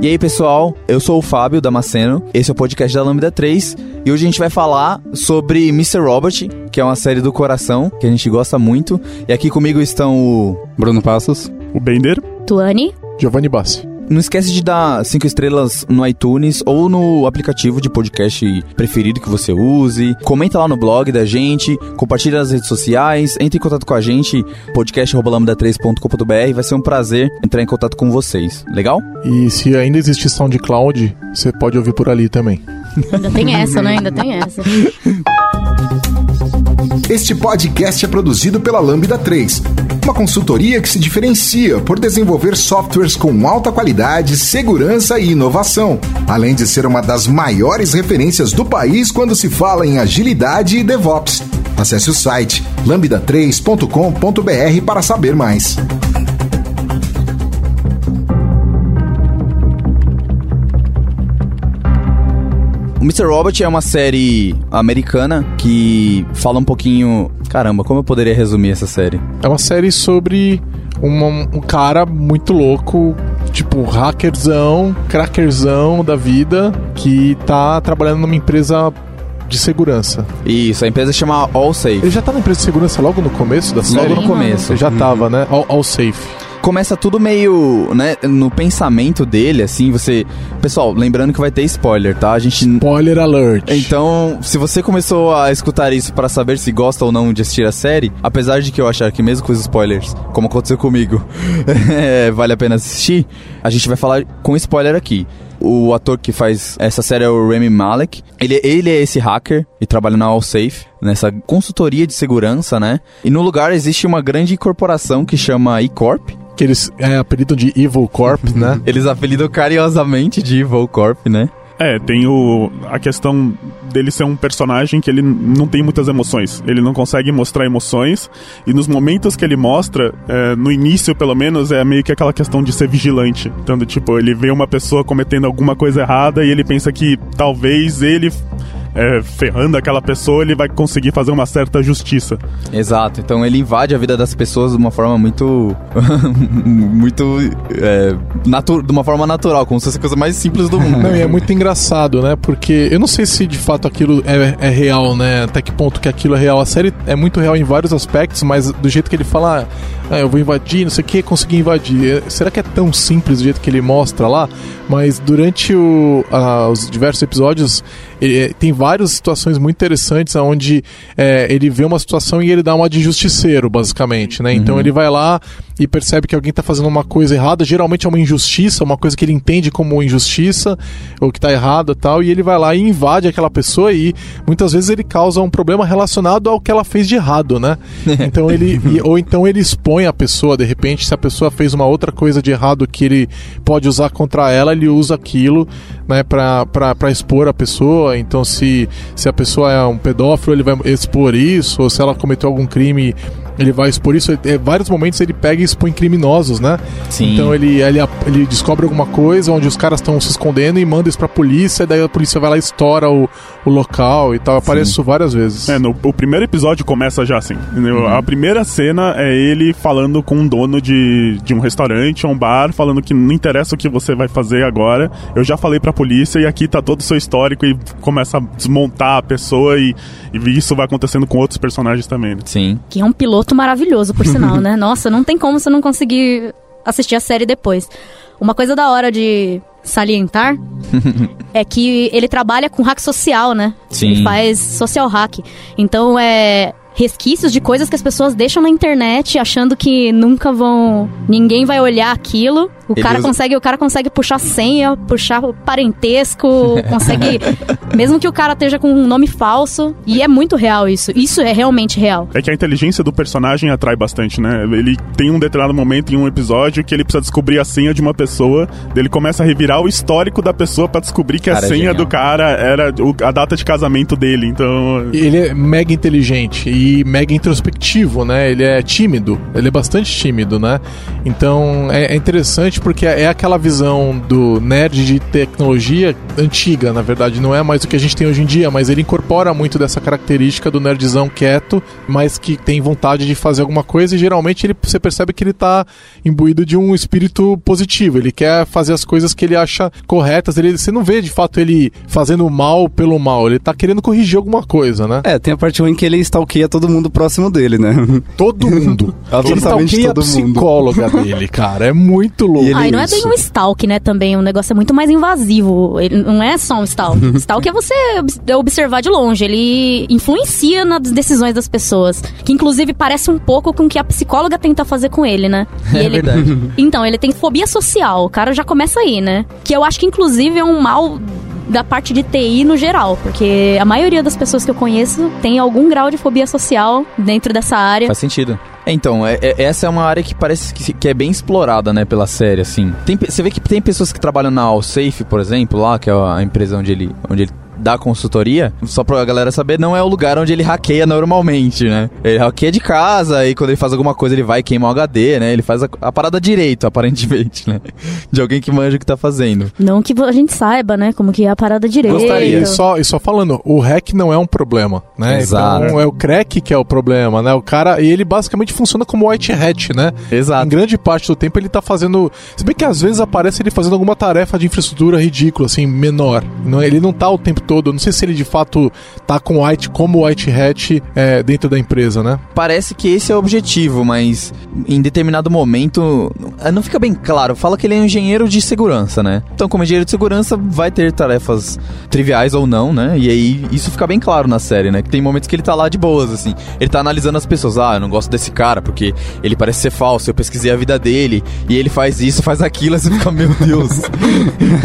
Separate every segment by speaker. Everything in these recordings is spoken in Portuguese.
Speaker 1: E aí, pessoal, eu sou o Fábio Damasceno, esse é o podcast da Lambda 3, e hoje a gente vai falar sobre Mr. Robot, que é uma série do coração, que a gente gosta muito. E aqui comigo estão o.
Speaker 2: Bruno Passos.
Speaker 3: O Bender?
Speaker 4: Tuane?
Speaker 5: Giovanni Bassi.
Speaker 1: Não esquece de dar cinco estrelas no iTunes ou no aplicativo de podcast preferido que você use. Comenta lá no blog da gente, compartilha nas redes sociais, entre em contato com a gente, podcast.lambda3.com.br. Vai ser um prazer entrar em contato com vocês. Legal?
Speaker 5: E se ainda existir SoundCloud, você pode ouvir por ali também.
Speaker 4: Ainda tem essa, né? Ainda tem essa.
Speaker 6: Este podcast é produzido pela Lambda 3, uma consultoria que se diferencia por desenvolver softwares com alta qualidade, segurança e inovação, além de ser uma das maiores referências do país quando se fala em agilidade e DevOps. Acesse o site lambda3.com.br para saber mais.
Speaker 1: O Mr. Robot é uma série americana que fala um pouquinho. Caramba, como eu poderia resumir essa série?
Speaker 5: É uma série sobre uma- um cara muito louco, tipo hackerzão, crackerzão da vida, que tá trabalhando numa empresa de segurança.
Speaker 1: Isso, a empresa chama All Safe.
Speaker 5: Ele já tá na empresa de segurança logo no começo da série?
Speaker 1: Logo no
Speaker 4: mano.
Speaker 1: começo. Uhum.
Speaker 5: Ele já tava, né? All, all safe.
Speaker 1: começa tudo meio, né, no pensamento dele, assim, você... Pessoal, lembrando que vai ter spoiler, tá? A gente...
Speaker 5: Spoiler alert.
Speaker 1: Então, se você começou a escutar isso pra saber se gosta ou não de assistir a série, apesar de que eu achar que mesmo com os spoilers, como aconteceu comigo, é, vale a pena assistir, a gente vai falar com spoiler aqui. O ator que faz essa série é o Remy Malek. Ele, ele é esse hacker e trabalha na AllSafe, nessa consultoria de segurança, né? E no lugar existe uma grande corporação que chama E-Corp,
Speaker 5: Que eles é, apelidam de Evil Corp, né?
Speaker 1: eles apelidam carinhosamente de Evil Corp, né?
Speaker 3: É, tem o, a questão dele ser um personagem que ele n- não tem muitas emoções. Ele não consegue mostrar emoções. E nos momentos que ele mostra, é, no início pelo menos, é meio que aquela questão de ser vigilante. Então, do tipo, ele vê uma pessoa cometendo alguma coisa errada e ele pensa que talvez ele. é, ferrando aquela pessoa, ele vai conseguir fazer uma certa justiça.
Speaker 1: Exato. Então ele invade a vida das pessoas de uma forma muito. muito. é, natu- de uma forma natural, como se fosse a coisa mais simples do mundo.
Speaker 5: Não, e é muito engraçado, né? Porque eu não sei se de fato aquilo é, é real, né? Até que ponto que aquilo é real. A série é muito real em vários aspectos, mas do jeito que ele fala, ah, eu vou invadir, não sei o que, consegui invadir. É, Será que é tão simples do jeito que ele mostra lá? Mas durante o- ah, os diversos episódios, eh, tem várias situações muito interessantes onde ele vê uma situação e ele dá uma de justiceiro, basicamente, né? Então ele vai lá e percebe que alguém tá fazendo uma coisa errada, geralmente é uma injustiça, uma coisa que ele entende como injustiça, ou que tá errada tal, e ele vai lá e invade aquela pessoa e muitas vezes ele causa um problema relacionado ao que ela fez de errado, né? Então ele e- ou então ele expõe a pessoa, de repente, se a pessoa fez uma outra coisa de errado que ele pode usar contra ela, ele usa aquilo, né, pra, pra, pra expor a pessoa. Então se se a pessoa é um pedófilo, ele vai expor isso, ou se ela cometeu algum crime, ele vai expor isso. Em vários momentos ele pega e expõe criminosos, né?
Speaker 1: Sim.
Speaker 5: Então ele, ele, ele descobre alguma coisa onde os caras estão se escondendo e manda isso pra polícia, daí a polícia vai lá e estoura o, o local e tal. Aparece isso várias vezes.
Speaker 3: É, no, o primeiro episódio começa já assim. entendeu?
Speaker 1: Uhum.
Speaker 3: A primeira cena é ele falando com um dono de, de um restaurante ou um bar, falando que não interessa o que você vai fazer agora, eu já falei pra polícia e aqui tá todo o seu histórico e começa a desmontar a pessoa e, e isso vai acontecendo com outros personagens também. né?
Speaker 1: Sim.
Speaker 4: Que é um piloto maravilhoso, por sinal, né? Nossa, não tem como você não conseguir assistir a série depois. Uma coisa da hora de salientar é que ele trabalha com hack social, né?
Speaker 1: Sim.
Speaker 4: Ele faz social hack. Então é resquícios de coisas que as pessoas deixam na internet achando que nunca vão ninguém vai olhar aquilo. O
Speaker 1: Ele
Speaker 4: cara
Speaker 1: usa-
Speaker 4: consegue, o cara consegue puxar senha, puxar o parentesco, consegue mesmo que o cara esteja com um nome falso, e é muito real isso. Isso é realmente real.
Speaker 3: É que a inteligência do personagem atrai bastante, né? Ele tem um determinado momento em um episódio que ele precisa descobrir a senha de uma pessoa, daí ele começa a revirar o histórico da pessoa pra descobrir que
Speaker 1: Cara,
Speaker 3: a
Speaker 1: é
Speaker 3: senha
Speaker 1: genial.
Speaker 3: do cara era o- a data de casamento dele. Então,
Speaker 5: Ele é mega inteligente e mega introspectivo, né? Ele é tímido, ele é bastante tímido, né? Então é, é interessante interessante porque é aquela visão do nerd de tecnologia antiga, na verdade, não é mais o que a gente tem hoje em dia, mas ele incorpora muito dessa característica do nerdzão quieto, mas que tem vontade de fazer alguma coisa e geralmente ele, você percebe que ele tá imbuído de um espírito positivo, ele quer fazer as coisas que ele acha corretas, ele, você não vê de fato ele fazendo mal pelo mal, ele tá querendo corrigir alguma coisa, né?
Speaker 2: É, tem a parte ruim que ele stalkeia todo mundo próximo dele, né?
Speaker 5: Todo mundo. ele
Speaker 2: Absolutamente
Speaker 5: stalkeia a
Speaker 2: todo mundo.
Speaker 5: psicóloga dele, cara, é muito louco.
Speaker 2: ele-
Speaker 4: Ah, e não é bem
Speaker 2: isso.
Speaker 4: um stalk, né? Também. O negócio é muito mais invasivo. Ele não é só um stalk. stalk é você obs- observar de longe. Ele influencia nas decisões das pessoas. Que inclusive parece um pouco com o que a psicóloga tenta fazer com ele, né? E
Speaker 1: É
Speaker 4: ele-
Speaker 1: verdade.
Speaker 4: Então, ele tem fobia social. O cara já começa aí, né? Que eu acho que inclusive é um mal da parte de TI no geral, porque a maioria das pessoas que eu conheço tem algum grau de fobia social dentro dessa área.
Speaker 1: Faz sentido. É, Então, é- é- essa é uma área que parece que, se- que é bem explorada, né, pela série, assim. Tem pe- você vê que tem pessoas que trabalham na AllSafe, por exemplo, lá, que é a empresa onde ele, onde ele dá consultoria. Só pra galera saber, não é o lugar onde ele hackeia normalmente, né? Ele hackeia de casa e quando ele faz alguma coisa ele vai e queima o HD, né? Ele faz a, a parada direito, aparentemente, né? De alguém que manja o que tá fazendo.
Speaker 4: Não que a gente saiba, né, como que é a parada direito.
Speaker 1: Gostaria.
Speaker 5: E só, e só falando, o hack não é um problema, né?
Speaker 1: Exato.
Speaker 5: Então é o crack que é o problema, né? O cara, e ele basicamente funciona como white hat, né? Em
Speaker 1: Exato.
Speaker 5: grande parte do tempo ele tá fazendo. Se bem que às vezes aparece ele fazendo alguma tarefa de infraestrutura ridícula, assim, menor. Não, ele não tá o tempo todo. eu Não sei se ele de fato tá com white, como white hat é, dentro da empresa, né?
Speaker 1: Parece que esse é o objetivo, mas em determinado momento eh, não fica bem claro. Fala que ele é um engenheiro de segurança, né? Então, como engenheiro de segurança, vai ter tarefas triviais ou não, né? E aí isso fica bem claro na série, né? Que tem momentos que ele tá lá de boas, assim. Ele tá analisando as pessoas. Ah, eu não gosto desse cara porque ele parece ser falso. Eu pesquisei a vida dele e ele faz isso, faz aquilo. Aí você fica, meu Deus.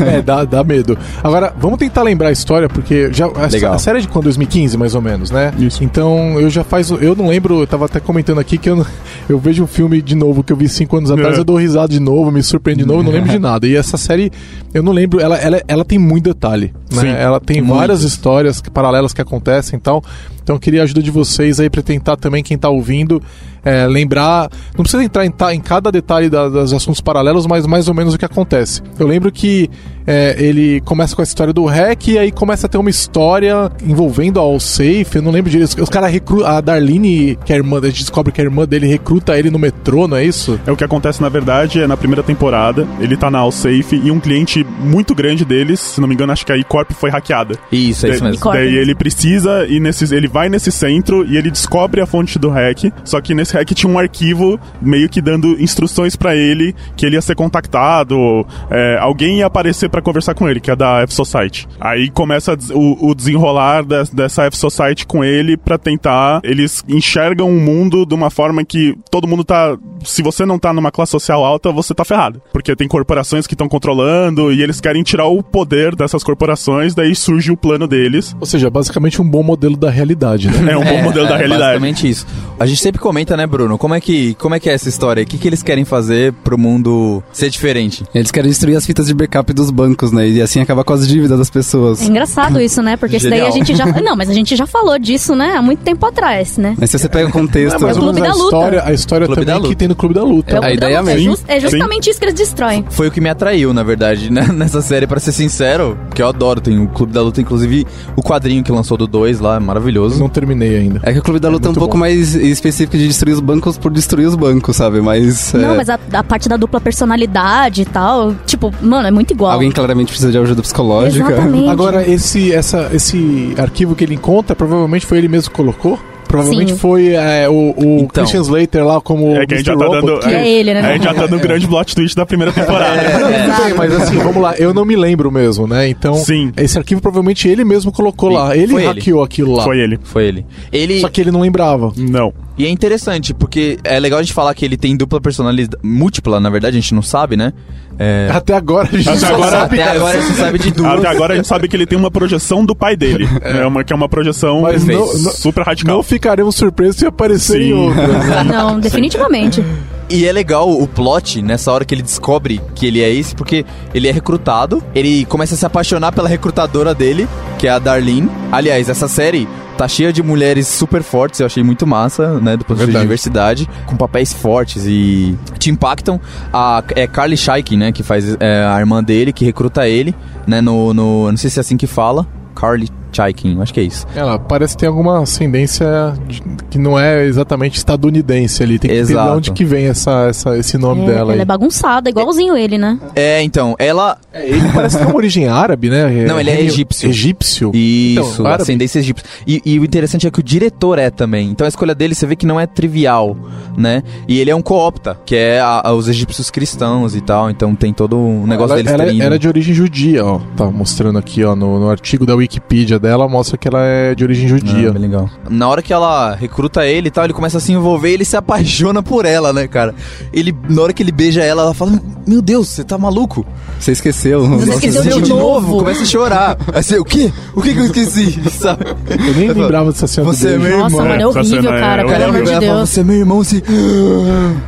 Speaker 5: É, dá, dá medo. Agora, vamos tentar lembrar a história, porque já, a,
Speaker 1: Legal.
Speaker 5: a série é de quando? 2015, mais ou menos, né?
Speaker 3: Isso.
Speaker 5: Então, eu já faz. Eu não lembro, eu tava até comentando aqui que eu, não- eu vejo um filme de novo que eu vi cinco anos atrás,
Speaker 3: É.
Speaker 5: eu dou risada de novo, me surpreende de novo, eu não lembro de nada. E essa série, eu não lembro, ela, ela, ela tem muito detalhe. Né?
Speaker 3: Sim,
Speaker 5: ela tem
Speaker 1: muito.
Speaker 5: várias histórias que- paralelas que acontecem e tal. Então eu queria a ajuda de vocês aí pra tentar também quem tá ouvindo é, lembrar. Não precisa entrar em, ta- em cada detalhe da- dos assuntos paralelos, mas mais ou menos o que acontece. Eu lembro que é, ele começa com a história do hack e aí começa a ter uma história envolvendo a AllSafe. Eu não lembro direito. Os caras recrutam. A Darlene, que é a irmã, a gente descobre que a irmã dele recruta ele no metrô, não é isso?
Speaker 3: É o que acontece na verdade, é na primeira temporada, ele tá na AllSafe e um cliente muito grande deles, se não me engano, acho que a E-Corp foi hackeada.
Speaker 1: Isso, é isso
Speaker 3: Da-
Speaker 1: mesmo.
Speaker 4: Corta
Speaker 3: Daí
Speaker 4: mesmo.
Speaker 3: ele precisa e nesse ele vai nesse centro e ele descobre a fonte do hack. Só que nesse hack tinha um arquivo meio que dando instruções pra ele que ele ia ser contactado, é, alguém ia aparecer pra conversar com ele, que é da F Society. Aí começa a des- o, o desenrolar des- dessa F Society com ele pra tentar. Eles enxergam o mundo de uma forma que todo mundo tá. Se você não tá numa classe social alta, você tá ferrado, porque tem corporações que estão controlando e eles querem tirar o poder dessas corporações. Daí surge o plano deles.
Speaker 5: Ou seja, basicamente um bom modelo da realidade, né?
Speaker 3: É um bom
Speaker 1: É,
Speaker 3: modelo da
Speaker 1: é
Speaker 3: realidade.
Speaker 1: Basicamente isso. A gente sempre comenta, né, Bruno? Como é que, como é, que é essa história? aí? O que, que eles querem fazer pro mundo ser diferente?
Speaker 2: Eles querem destruir as fitas de backup dos bancos, né? E assim acabar com as dívidas das pessoas.
Speaker 4: É engraçado isso, né? Porque isso daí a
Speaker 1: Genial.
Speaker 4: gente já. Não, mas a gente já falou disso, né? Há muito tempo atrás, né?
Speaker 2: Mas se você pega o contexto.
Speaker 4: É o Clube
Speaker 5: a
Speaker 4: da Luta.
Speaker 5: história, a história
Speaker 1: Clube da
Speaker 5: também que
Speaker 1: Luta.
Speaker 5: tem no Clube da Luta.
Speaker 2: É, a ideia é
Speaker 4: é,
Speaker 2: mesmo.
Speaker 4: just- é justamente isso que eles destroem.
Speaker 1: Foi o que me atraiu, na verdade, né, nessa série, pra ser sincero, que eu adoro. Tem o Clube da Luta, inclusive o quadrinho que lançou do 2 lá, é maravilhoso.
Speaker 5: Não terminei ainda.
Speaker 2: É que o Clube da Luta é, um
Speaker 5: muito
Speaker 2: pouco
Speaker 5: bom.
Speaker 2: mais específico de destruir os bancos por destruir os bancos, sabe? Mas. é,
Speaker 4: Não, mas a, a parte da dupla personalidade e tal, tipo, mano, é muito igual.
Speaker 2: Alguém claramente precisa de ajuda psicológica.
Speaker 4: Exatamente.
Speaker 5: Agora, esse, essa, esse arquivo que ele encontra, provavelmente foi ele mesmo que colocou? Provavelmente
Speaker 4: Sim.
Speaker 5: foi é, o, o
Speaker 1: Então.
Speaker 5: Christian Slater lá como
Speaker 3: É que a gente
Speaker 5: Mr.
Speaker 3: já tá
Speaker 5: Robot,
Speaker 3: dando-
Speaker 5: que-
Speaker 4: É ele, né?
Speaker 3: A gente já tá no grande plot twist da primeira temporada.
Speaker 6: É.
Speaker 5: Não, tudo bem, mas assim, vamos lá, eu não me lembro mesmo, né? Então,
Speaker 3: Sim.
Speaker 5: esse arquivo provavelmente ele mesmo colocou
Speaker 1: Sim,
Speaker 5: lá. Ele
Speaker 1: foi ele.
Speaker 5: hackeou aquilo lá.
Speaker 3: Foi ele.
Speaker 1: Foi ele. Ele.
Speaker 5: Só que ele não lembrava.
Speaker 3: Não.
Speaker 1: E é interessante, porque é legal a gente falar que ele tem dupla personalidade. Múltipla, na verdade, a gente não sabe, né? É.
Speaker 5: Até agora a gente
Speaker 3: Até
Speaker 5: só
Speaker 3: agora-
Speaker 5: sabe.
Speaker 1: Até agora você sabe de duas.
Speaker 3: Até agora a gente sabe que ele tem uma projeção do pai dele. É. uma, que é uma projeção
Speaker 5: Mas
Speaker 1: não-
Speaker 5: não-
Speaker 3: super radical.
Speaker 5: Não ficaremos surpresos se aparecerem
Speaker 3: Sim.
Speaker 5: outras. né?
Speaker 4: Não, definitivamente.
Speaker 1: E é legal o plot nessa hora que ele descobre que ele é esse, porque ele é recrutado, ele começa a se apaixonar pela recrutadora dele, que é a Darlene. Aliás, essa série Tá cheia de mulheres super fortes, eu achei muito massa, né? Do ponto de vista de
Speaker 5: Verdade.
Speaker 1: diversidade, com papéis fortes e te impactam. A, é Carly Shaikin, né? Que faz é, a irmã dele, que recruta ele, né? No, no. eu Não sei se é assim que fala. Carly Shaikin, eu acho que é isso.
Speaker 5: Ela parece que tem alguma ascendência de- que não é exatamente estadunidense ali. Tem que entender de
Speaker 1: Exato.
Speaker 5: onde que vem essa, essa- esse nome
Speaker 4: É,
Speaker 5: dela
Speaker 4: ela
Speaker 5: aí.
Speaker 4: é bagunçada, igualzinho ele, né?
Speaker 1: É, então, ela.
Speaker 5: Ele parece que
Speaker 1: é
Speaker 5: tem uma origem árabe, né?
Speaker 1: Não, ele é
Speaker 5: Reino-
Speaker 1: egípcio.
Speaker 5: Egípcio?
Speaker 1: tipo, Isso,
Speaker 5: Então, árabe.
Speaker 1: ascendência egípcia. E, e o interessante é que o diretor é também. Então a escolha dele você vê que não é trivial, né? E ele é um coopta, que é a- a- os egípcios cristãos e tal. Então tem todo um negócio
Speaker 5: ela,
Speaker 1: deles
Speaker 5: ela é
Speaker 1: terem ido.
Speaker 5: era de origem judia, ó. Tá mostrando aqui, ó, no, no artigo da Wikipedia dela, mostra que ela é de origem judia.
Speaker 1: Ah, bem legal. Na hora que ela recruta ele e tal, ele começa a se envolver ele se apaixona por ela, né, cara? Ele, na hora que ele beija ela, ela fala: Meu Deus, você tá maluco? assim,
Speaker 2: Você esqueceu.
Speaker 4: Você
Speaker 2: Nossa,
Speaker 4: esqueceu de novo.
Speaker 1: Começa a chorar. Aí você, o quê? O que que eu esqueci? Sabe?
Speaker 5: eu nem lembrava dessa cena. do
Speaker 1: Você é
Speaker 5: beijo.
Speaker 1: meu
Speaker 4: Nossa,
Speaker 1: irmão.
Speaker 4: mano, é
Speaker 3: É, essa
Speaker 4: horrível,
Speaker 3: cena é
Speaker 4: cara, pelo
Speaker 3: horrível.
Speaker 4: amor de
Speaker 1: Ela fala,
Speaker 4: Deus.
Speaker 1: Você é meu irmão, se.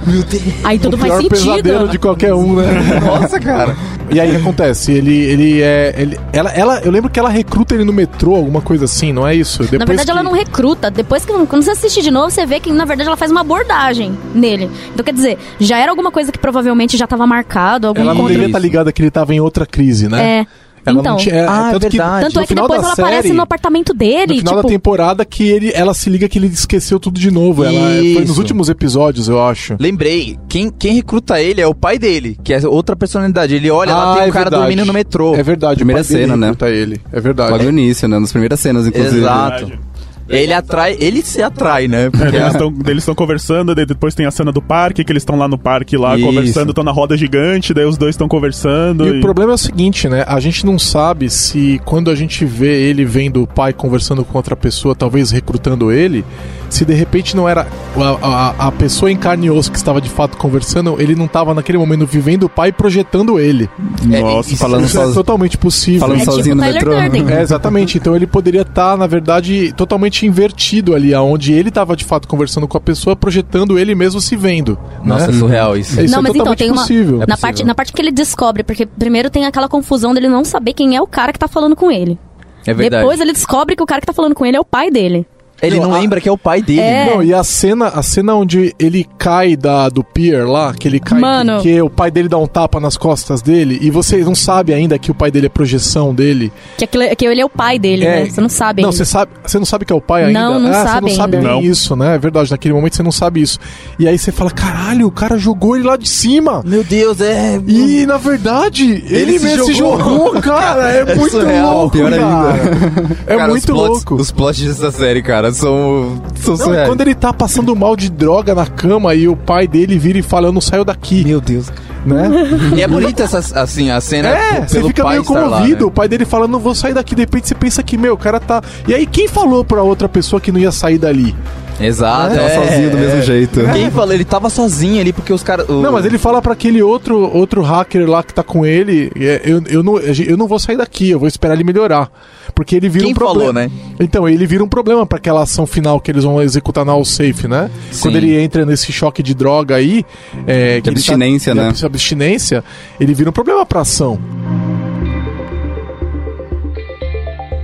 Speaker 1: Meu Deus.
Speaker 4: Aí tudo faz
Speaker 5: Pior pesadelo
Speaker 4: sentido.
Speaker 5: de qualquer um, né?
Speaker 1: Nossa, cara.
Speaker 5: E aí o que acontece? Ele, ele é. Ele, ela, ela, eu lembro que ela recruta ele no metrô, alguma coisa assim, não é isso? Depois
Speaker 4: Na verdade,
Speaker 5: que-
Speaker 4: ela não recruta. Depois que quando você assiste de novo, você vê que na verdade ela faz uma abordagem nele. Então quer dizer, já era alguma coisa que provavelmente já tava marcado, algum
Speaker 5: Ela não
Speaker 4: encontro.
Speaker 5: devia
Speaker 1: Isso.
Speaker 5: estar ligada que ele tava em outra crise, né?
Speaker 4: É.
Speaker 5: Ela
Speaker 4: então,
Speaker 5: não tinha. é,
Speaker 1: Ah, é
Speaker 5: tanto
Speaker 1: verdade.
Speaker 4: tanto
Speaker 5: no
Speaker 4: é que
Speaker 5: final
Speaker 4: depois
Speaker 5: da
Speaker 4: ela aparece
Speaker 5: série-
Speaker 4: no apartamento
Speaker 5: No
Speaker 4: dele,
Speaker 5: final
Speaker 4: tipo,
Speaker 5: da temporada que ele, ela se liga que ele esqueceu tudo de novo. Ela é- foi nos
Speaker 1: Isso.
Speaker 5: últimos episódios, eu acho.
Speaker 1: Lembrei, quem, quem recruta ele é o pai dele, que é outra personalidade. Ele olha,
Speaker 5: Ah,
Speaker 1: lá tem um
Speaker 5: é
Speaker 1: cara
Speaker 5: verdade.
Speaker 1: dormindo no metrô.
Speaker 5: É verdade,
Speaker 2: Primeira
Speaker 5: o pai dele
Speaker 2: cena, né?
Speaker 5: recruta ele. É
Speaker 2: Logo
Speaker 5: verdade.
Speaker 2: no início, né? Nas primeiras cenas, inclusive.
Speaker 1: Exato.
Speaker 3: Verdade.
Speaker 1: Ele atrai, ele se atrai, né?
Speaker 3: É,
Speaker 1: Porque
Speaker 3: daí eles tão- daí Eles estão conversando, daí depois tem a cena do parque, que eles estão lá no parque lá
Speaker 1: Isso.
Speaker 3: conversando, estão na roda gigante, daí os dois estão conversando.
Speaker 5: E o problema é o seguinte, né? A gente não sabe se quando a gente vê ele vendo o pai conversando com outra pessoa, talvez recrutando ele, se de repente não era a, a, a pessoa em carne e osso que estava de fato conversando, ele não estava naquele momento vivendo o pai e projetando ele.
Speaker 1: é,
Speaker 3: Nossa,
Speaker 1: isso-
Speaker 2: falando
Speaker 5: Isso é
Speaker 2: sozinho.
Speaker 5: totalmente possível.
Speaker 2: Falando
Speaker 4: É tipo
Speaker 2: sozinho no
Speaker 4: Tyler
Speaker 2: metrô.
Speaker 4: Durden.
Speaker 5: É, exatamente. Então ele poderia estar, na verdade, totalmente invertido ali, aonde ele estava de fato conversando com a pessoa, projetando ele mesmo se vendo.
Speaker 1: Nossa, é
Speaker 5: né?
Speaker 1: surreal isso.
Speaker 5: É isso
Speaker 4: Não,
Speaker 5: é
Speaker 4: mas então
Speaker 5: totalmente
Speaker 4: tem uma
Speaker 5: possível.
Speaker 4: na parte na parte que ele descobre, porque primeiro tem aquela confusão dele não saber quem é o cara que tá falando com ele.
Speaker 1: É verdade.
Speaker 4: Depois ele descobre que o cara que tá falando com ele é o pai dele.
Speaker 1: ele não
Speaker 5: Não, a-
Speaker 1: lembra que é o pai dele.
Speaker 4: ah, É.
Speaker 5: Não, e a cena, a cena onde ele cai da, do pier lá, que ele cai
Speaker 4: Mano.
Speaker 5: porque o pai dele dá um tapa nas costas dele, e você não sabe ainda que o pai dele é projeção dele.
Speaker 4: Que, aquilo, é- que ele é o pai dele,
Speaker 5: É.
Speaker 4: né? Você não sabe.
Speaker 5: Não,
Speaker 4: ainda.
Speaker 5: você sabe, você não sabe que é o pai ainda.
Speaker 4: Não, não
Speaker 5: ah,
Speaker 4: sabe
Speaker 5: você não sabe
Speaker 4: ainda.
Speaker 5: nem
Speaker 3: Não.
Speaker 5: isso, né? É verdade, naquele momento você não sabe isso. E aí você fala: "Caralho, o cara jogou ele lá de cima".
Speaker 1: Meu Deus, é.
Speaker 5: E na verdade, ele,
Speaker 1: se
Speaker 5: mesmo se
Speaker 1: jogou.
Speaker 5: jogou, cara. É, muito
Speaker 1: surreal,
Speaker 5: louco,
Speaker 1: pior
Speaker 5: cara. É
Speaker 1: Cara, os
Speaker 5: muito
Speaker 1: plots-
Speaker 5: louco.
Speaker 1: Os plots dessa série, cara, são. São
Speaker 5: Não, e
Speaker 1: surreais.
Speaker 5: quando ele tá passando mal de droga na cama e o pai dele vira e fala, eu não saio daqui. Meu Deus. Né?
Speaker 1: E é bonita essa, assim, a cena.
Speaker 5: É,
Speaker 1: p-
Speaker 5: você
Speaker 1: pelo
Speaker 5: fica
Speaker 1: pai
Speaker 5: meio
Speaker 1: estar
Speaker 5: comovido.
Speaker 1: lá, né?
Speaker 5: O pai dele fala, não vou sair daqui. De repente você pensa que, meu, o cara tá... E aí quem falou pra outra pessoa que não ia sair dali?
Speaker 1: né? Exato.
Speaker 2: Tava
Speaker 1: é,
Speaker 2: sozinho do
Speaker 1: é.
Speaker 2: mesmo jeito.
Speaker 1: Quem falou? Ele tava sozinho ali porque os caras. o-
Speaker 5: Não, mas ele fala pra aquele outro, outro hacker lá que tá com ele, é, eu, eu, não, eu não vou sair daqui, eu vou esperar ele melhorar. Porque ele vira
Speaker 1: Quem
Speaker 5: um
Speaker 1: falou,
Speaker 5: problema.
Speaker 1: né?
Speaker 5: Então, ele vira um problema pra aquela ação final que eles vão executar na All Safe, né?
Speaker 1: Sim.
Speaker 5: Quando ele entra nesse choque de droga aí, é, que ele tá-
Speaker 2: abstinência, né?
Speaker 5: de abstinência, ele vira um problema pra ação.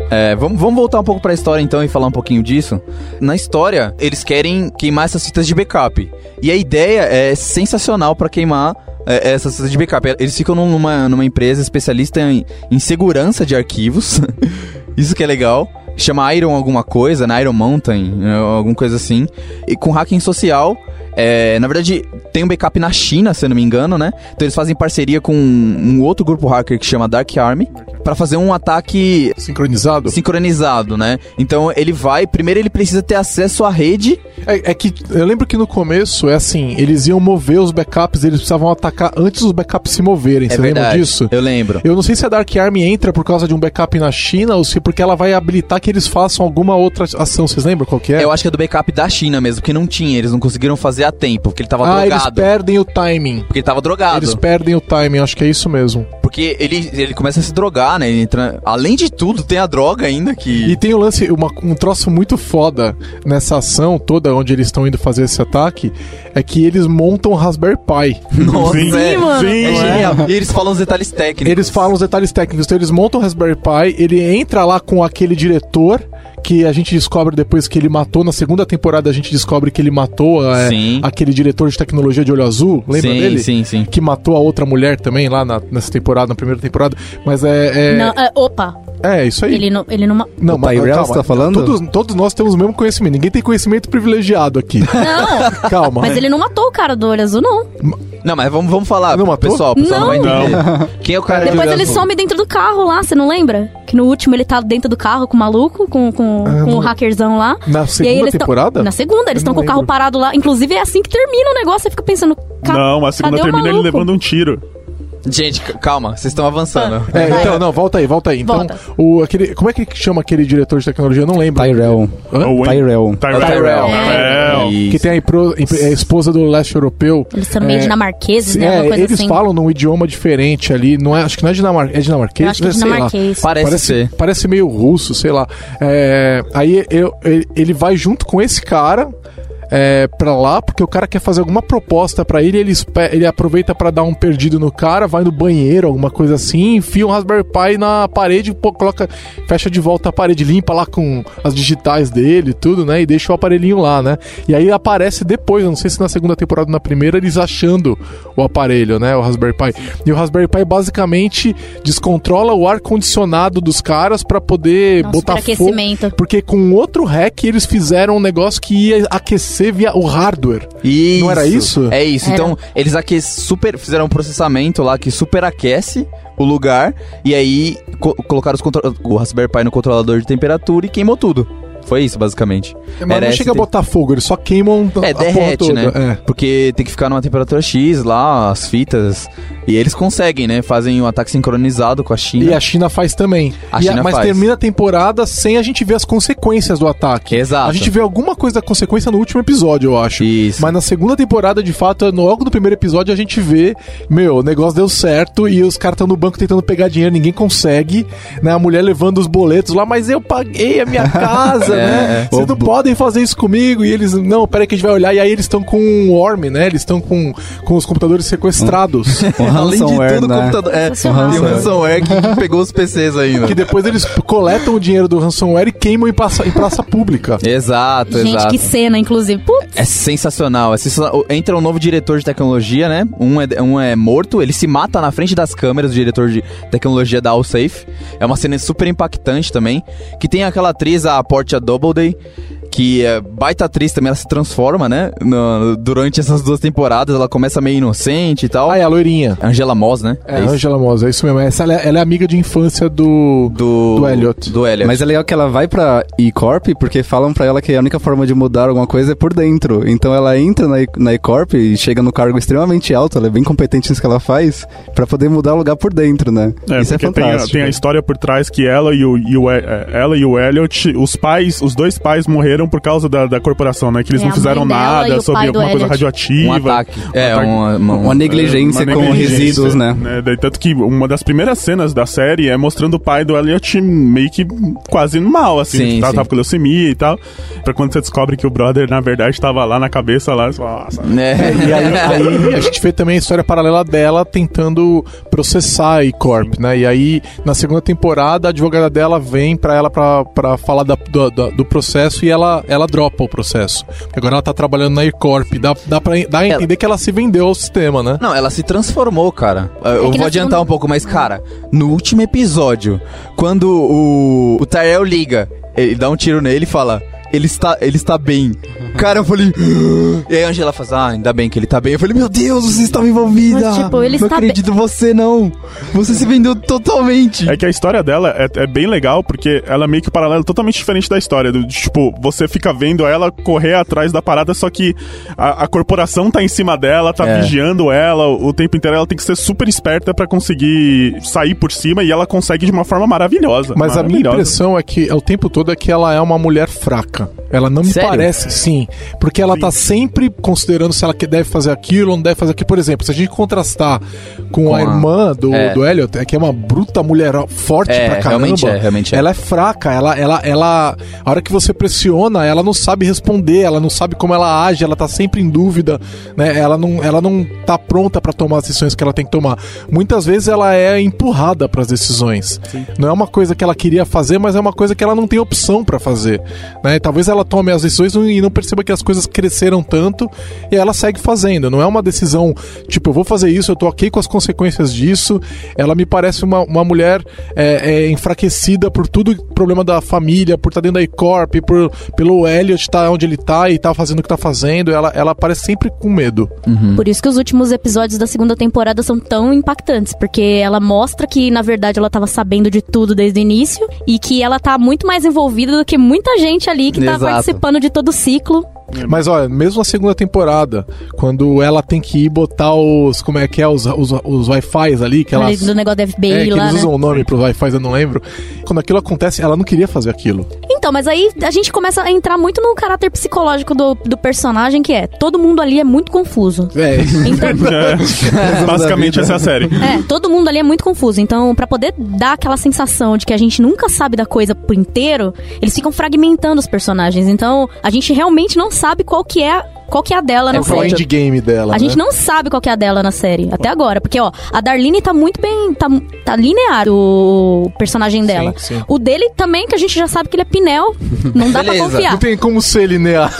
Speaker 1: É, vamos, vamos voltar um pouco pra história então e falar um pouquinho disso. Na história, eles querem queimar essas fitas de backup. E a ideia é sensacional pra queimar é, essas fitas de backup. Eles ficam num- numa, numa empresa especialista em, em segurança de arquivos. Isso que é legal. Chama Iron alguma coisa, né? Iron Mountain, né, alguma coisa assim. E com hacking social. é, na verdade, tem um backup na China, se eu não me engano, né? Então eles fazem parceria com um outro grupo hacker que chama Dark Army pra fazer um ataque
Speaker 5: Sincronizado?
Speaker 1: sincronizado, né? Então ele vai, primeiro ele precisa ter acesso à rede.
Speaker 5: É, é que eu lembro que no começo é assim, eles iam mover os backups, eles precisavam atacar antes dos backups se
Speaker 1: É
Speaker 5: moverem. você lembra disso?
Speaker 1: Eu lembro.
Speaker 5: Eu não sei se a Dark Army entra por causa de um backup na China ou se porque ela vai habilitar que eles façam alguma outra ação. Vocês lembram qual que é?
Speaker 1: Eu acho que é do backup da China mesmo, que não tinha, eles não conseguiram fazer a tempo, porque ele tava
Speaker 5: ah, eles
Speaker 1: drogado.
Speaker 5: perdem o timing.
Speaker 1: Porque ele tava drogado.
Speaker 5: Eles perdem o timing, acho que é isso mesmo.
Speaker 1: Porque ele, ele começa a se drogar, né? Ele entra... Além de tudo, tem a droga ainda que.
Speaker 5: E tem o lance, uma- um troço muito foda nessa ação toda onde eles estão indo fazer esse ataque, é que eles montam o Raspberry Pi.
Speaker 1: Nossa,
Speaker 3: Sim,
Speaker 1: é.
Speaker 3: mano.
Speaker 1: É
Speaker 3: Sim.
Speaker 1: genial. E eles falam os detalhes técnicos.
Speaker 5: Eles falam os detalhes técnicos, então eles montam o Raspberry Pi, ele entra lá com aquele diretor que a gente descobre depois que ele matou, na segunda temporada a gente descobre que ele matou é,
Speaker 1: Sim.
Speaker 5: aquele diretor de tecnologia de olho azul, lembra
Speaker 1: Sim,
Speaker 5: dele?
Speaker 1: sim, sim.
Speaker 5: Que matou a outra mulher também lá na- nessa temporada, na primeira temporada. Mas é. É,
Speaker 4: Não, é, opa,
Speaker 5: é isso aí.
Speaker 4: ele não. Ele não... ma-
Speaker 5: Não,
Speaker 2: O Tyrell,
Speaker 5: calma,
Speaker 2: você tá falando?
Speaker 5: Todos, todos nós temos o mesmo conhecimento. Ninguém tem conhecimento privilegiado aqui.
Speaker 4: Não,
Speaker 5: Calma.
Speaker 4: mas ele não matou o cara do olho azul, não.
Speaker 1: Não, mas vamos, vamos falar.
Speaker 5: Não
Speaker 1: pro
Speaker 5: matou?
Speaker 1: Pessoal, o pessoal não,
Speaker 4: Não.
Speaker 1: vai entender. Quem é o
Speaker 5: Tá
Speaker 1: cara de
Speaker 4: Depois
Speaker 1: olho
Speaker 4: ele
Speaker 1: azul?
Speaker 4: some dentro do carro lá, você não lembra? Que no último ele tá dentro do carro com o maluco, com, com, com o hackerzão lá.
Speaker 5: Ah, Na segunda
Speaker 4: eles tão-
Speaker 5: temporada?
Speaker 4: Na segunda, eles
Speaker 5: Eu
Speaker 4: estão
Speaker 5: não
Speaker 4: com o carro
Speaker 5: lembro.
Speaker 4: parado lá. Inclusive é assim que termina o negócio, você fica pensando. ca-
Speaker 3: Não, a segunda
Speaker 4: cadê o
Speaker 3: termina ele
Speaker 4: maluco?
Speaker 3: levando um tiro.
Speaker 1: Gente, c- calma, vocês estão
Speaker 3: Ah.
Speaker 1: avançando.
Speaker 5: É, então, não, volta aí, volta aí. Então,
Speaker 4: Volta.
Speaker 5: O, aquele, como é que chama aquele diretor de tecnologia? Eu não lembro.
Speaker 2: Tyrell.
Speaker 5: Hã?
Speaker 3: Owen-
Speaker 2: Tyrell.
Speaker 3: um
Speaker 2: É.
Speaker 3: Tyrell. É.
Speaker 1: Tyrell.
Speaker 3: Tyrell.
Speaker 5: Que tem a, impro- imp- é a esposa do leste europeu.
Speaker 4: Eles são meio
Speaker 5: É,
Speaker 4: dinamarqueses,
Speaker 5: se-
Speaker 4: né?
Speaker 5: é,
Speaker 4: Uma coisa
Speaker 5: eles
Speaker 4: assim.
Speaker 5: falam num idioma diferente ali. Não é, acho que não é dinamarquês. É dinamarquês?
Speaker 4: Eu acho que é
Speaker 5: Sei lá.
Speaker 4: dinamarquês.
Speaker 1: Parece,
Speaker 5: Parece,
Speaker 1: ser.
Speaker 5: parece meio russo, sei lá. É, aí eu- ele- ele vai junto com esse cara é, pra lá, porque o cara quer fazer alguma proposta pra ele, ele, espe- ele aproveita pra dar um perdido no cara, vai no banheiro, alguma coisa assim, enfia um Raspberry Pi na parede, pô, coloca, fecha de volta a parede, limpa lá com as digitais dele e tudo, né? E deixa o aparelhinho lá, né? E aí aparece depois, eu não sei se na segunda temporada ou na primeira, eles achando o aparelho, né? O Raspberry Pi. E o Raspberry Pi basicamente descontrola o ar-condicionado dos caras pra poder
Speaker 4: Nossa,
Speaker 5: botar fogo.
Speaker 4: superaquecimento.
Speaker 5: Porque com outro hack eles fizeram um negócio que ia aquecer via o hardware.
Speaker 1: Isso.
Speaker 5: Não era isso?
Speaker 1: É isso.
Speaker 4: Era.
Speaker 1: Então, eles aqui super, fizeram um processamento lá que superaquece o lugar e aí co- colocaram os contro- o Raspberry Pi no controlador de temperatura e queimou tudo. Foi isso, basicamente.
Speaker 5: É, Mas não
Speaker 1: essa
Speaker 5: chega a
Speaker 1: te-
Speaker 5: botar fogo, eles só queimam a
Speaker 1: É,
Speaker 5: porra
Speaker 1: derrete, né?
Speaker 5: toda. É.
Speaker 1: Porque tem que ficar numa temperatura X lá, as fitas. E eles conseguem, né? Fazem um ataque sincronizado com a China.
Speaker 5: E a China faz também.
Speaker 1: A
Speaker 5: E
Speaker 1: China
Speaker 5: mas
Speaker 1: faz.
Speaker 5: termina a temporada sem a gente ver as consequências do ataque.
Speaker 1: é Exato.
Speaker 5: A gente vê alguma coisa da consequência no último episódio, eu acho.
Speaker 1: Isso.
Speaker 5: Mas na segunda temporada, de fato, no- logo no primeiro episódio, a gente vê, meu, o negócio deu certo e os caras estão no banco tentando pegar dinheiro, ninguém consegue, né? A mulher levando os boletos lá, mas eu paguei a minha casa,
Speaker 1: É,
Speaker 5: né?
Speaker 1: é.
Speaker 5: Vocês não podem fazer isso comigo. E eles, não, peraí que a gente vai olhar. E aí eles estão com um worm, né? Eles estão com, com os computadores sequestrados.
Speaker 2: Um
Speaker 1: Além de
Speaker 2: ransomware,
Speaker 1: tudo, o
Speaker 2: né?
Speaker 1: computador. É, tem
Speaker 4: Sensacional.
Speaker 1: um ransomware que pegou os PCs ainda.
Speaker 5: que depois eles coletam o dinheiro do ransomware e queimam em praça, em praça pública.
Speaker 1: É. Exato,
Speaker 4: Gente,
Speaker 1: exato.
Speaker 4: que cena, inclusive. Putz,
Speaker 1: É sensacional, é sensacional. Entra um novo diretor de tecnologia, né? Um é, um é morto, ele se mata na frente das câmeras, o diretor de tecnologia da AllSafe. É uma cena super impactante também. Que tem aquela atriz, a Portia Doubleday, que é baita atriz também, ela se transforma, né? No- durante essas duas temporadas, ela começa meio inocente e tal.
Speaker 5: Ah, é a loirinha.
Speaker 1: Angela Moss, né?
Speaker 5: É,
Speaker 1: isso.
Speaker 5: Angela Moss, é isso mesmo. Essa, ela, é- ela é amiga de infância do.
Speaker 1: Do,
Speaker 5: Do Elliot.
Speaker 1: Do Elliot.
Speaker 2: Mas é legal que ela vai pra E-Corp porque falam pra ela que a única forma de mudar alguma coisa é por dentro. Então ela entra na E- na E-Corp e chega no cargo extremamente alto, ela é bem competente nisso que ela faz, pra poder mudar o lugar por dentro, né?
Speaker 3: É,
Speaker 2: Isso é
Speaker 3: porque tem a-
Speaker 2: fantástico.
Speaker 3: Tem, a, história por trás que ela e o, e o- é, ela e o Elliot, os pais, os dois pais morreram por causa da, da corporação, né? Que eles
Speaker 4: É,
Speaker 3: não
Speaker 4: a
Speaker 3: fizeram
Speaker 4: mãe dela e
Speaker 3: nada
Speaker 4: o
Speaker 3: sobre
Speaker 4: pai do
Speaker 3: alguma coisa
Speaker 4: Elliot.
Speaker 3: radioativa.
Speaker 1: um ataque. é,
Speaker 3: ataque.
Speaker 1: uma, uma,
Speaker 2: Uma negligência
Speaker 3: Uma
Speaker 2: com
Speaker 3: negligência,
Speaker 2: resíduos, né?
Speaker 3: Daí, Tanto que uma das primeiras cenas da série é mostrando o pai do Elliot meio que quase mal, assim,
Speaker 1: Sim,
Speaker 3: que tava,
Speaker 1: sim.
Speaker 3: tava com leucemia e tal. Pra quando você descobre que o brother, na verdade, tava lá na cabeça, lá, você fala, nossa,
Speaker 1: É.
Speaker 5: E aí, aí a gente vê também a história paralela dela tentando processar a E-Corp, né? E aí, na segunda temporada, a advogada dela vem pra ela pra, pra falar da- do, do- do processo e ela, ela dropa o processo. Porque agora ela tá trabalhando na E-Corp. Dá, dá, pra, dá a entender que ela se vendeu ao sistema, né?
Speaker 1: Não, ela se transformou, cara. Eu
Speaker 4: É que
Speaker 1: vou
Speaker 4: na
Speaker 1: adiantar
Speaker 4: segunda-
Speaker 1: um pouco, mas, cara, no último episódio, quando o, o Tyrell liga, ele dá um tiro nele e fala. Ele está, ele está bem. Cara, eu falei. "Ah". E aí a Angela faz, ah, ainda bem que ele tá bem. Eu falei, meu Deus, você estava envolvida.
Speaker 4: Mas, tipo, ele
Speaker 1: não
Speaker 4: está
Speaker 1: acredito em você, não. Você se vendeu totalmente.
Speaker 3: É que a história dela é, é bem legal, porque ela é meio que um paralelo totalmente diferente da história. Do, de, tipo, você fica vendo ela correr atrás da parada, só que a, a corporação tá em cima dela, tá
Speaker 1: É.
Speaker 3: vigiando ela o tempo inteiro. Ela tem que ser super esperta pra conseguir sair por cima e ela consegue de uma forma maravilhosa.
Speaker 5: Mas a minha
Speaker 3: maravilhosa.
Speaker 5: impressão é que é, o tempo todo é que ela é uma mulher fraca. fraca. Ela não me
Speaker 1: Sério?
Speaker 5: parece, sim. Porque ela tá sempre considerando se ela que- deve fazer aquilo ou não deve fazer aquilo. Por exemplo, se a gente contrastar com,
Speaker 1: Com
Speaker 5: a,
Speaker 1: a-
Speaker 5: irmã do,
Speaker 1: É.
Speaker 5: do Elliot, é que é uma bruta mulher forte
Speaker 1: É,
Speaker 5: pra caramba.
Speaker 1: realmente é, realmente é.
Speaker 5: Ela é fraca, ela, ela, ela. A hora que você pressiona, ela não sabe responder, ela não sabe como ela age, ela tá sempre em dúvida, né? Ela não, ela não tá pronta pra tomar as decisões que ela tem que tomar. Muitas vezes ela é empurrada pras decisões. Não é uma coisa que ela queria fazer, mas é uma coisa que ela não tem opção pra fazer. Né? Talvez ela tome as decisões e não perceba que as coisas cresceram tanto e ela segue fazendo. Não é uma decisão tipo, eu vou fazer isso, eu tô ok com as consequências disso. Ela me parece uma, uma mulher é, é, enfraquecida por tudo problema da família, por estar dentro da E-Corp, por, pelo Elliot estar onde ele tá e tá fazendo o que tá fazendo. Ela, ela parece sempre com medo.
Speaker 4: Por isso que os últimos episódios da segunda temporada são tão impactantes, porque ela mostra que, na verdade, ela tava sabendo de tudo desde o início e que ela tá muito mais envolvida do que muita gente ali que tá
Speaker 2: Exato.
Speaker 4: participando de todo o ciclo.
Speaker 5: Mas olha, mesmo a segunda temporada, quando ela tem que ir botar os. Como é que é? Os, os, os Wi-Fi's ali, que ela.
Speaker 4: ali né, Do negócio da FBI
Speaker 5: É, que
Speaker 4: lá,
Speaker 5: eles
Speaker 4: né?
Speaker 5: usam o nome pro Wi-Fi, eu não lembro. Quando aquilo acontece, ela não queria fazer aquilo.
Speaker 4: Então, mas aí a gente começa a entrar muito no caráter psicológico do, do personagem, que é todo mundo ali é muito confuso.
Speaker 5: É,
Speaker 4: Então,
Speaker 3: É, basicamente essa é a série.
Speaker 4: é, todo mundo ali é muito confuso. Então, pra poder dar aquela sensação de que a gente nunca sabe da coisa por inteiro, eles ficam fragmentando os personagens. Então, a gente realmente não sabe qual que é, qual que é a dela na
Speaker 5: é o
Speaker 4: série.
Speaker 5: endgame dela.
Speaker 4: A
Speaker 5: né?
Speaker 4: gente não sabe qual que é a dela na série, até agora. Porque, ó, a Darlene tá muito bem. Tá, tá linear o personagem dela.
Speaker 5: sim.
Speaker 4: O dele também, que a gente já sabe que ele é Pinel. Não dá pra
Speaker 1: Beleza.
Speaker 4: confiar.
Speaker 5: Não tem como ser linear.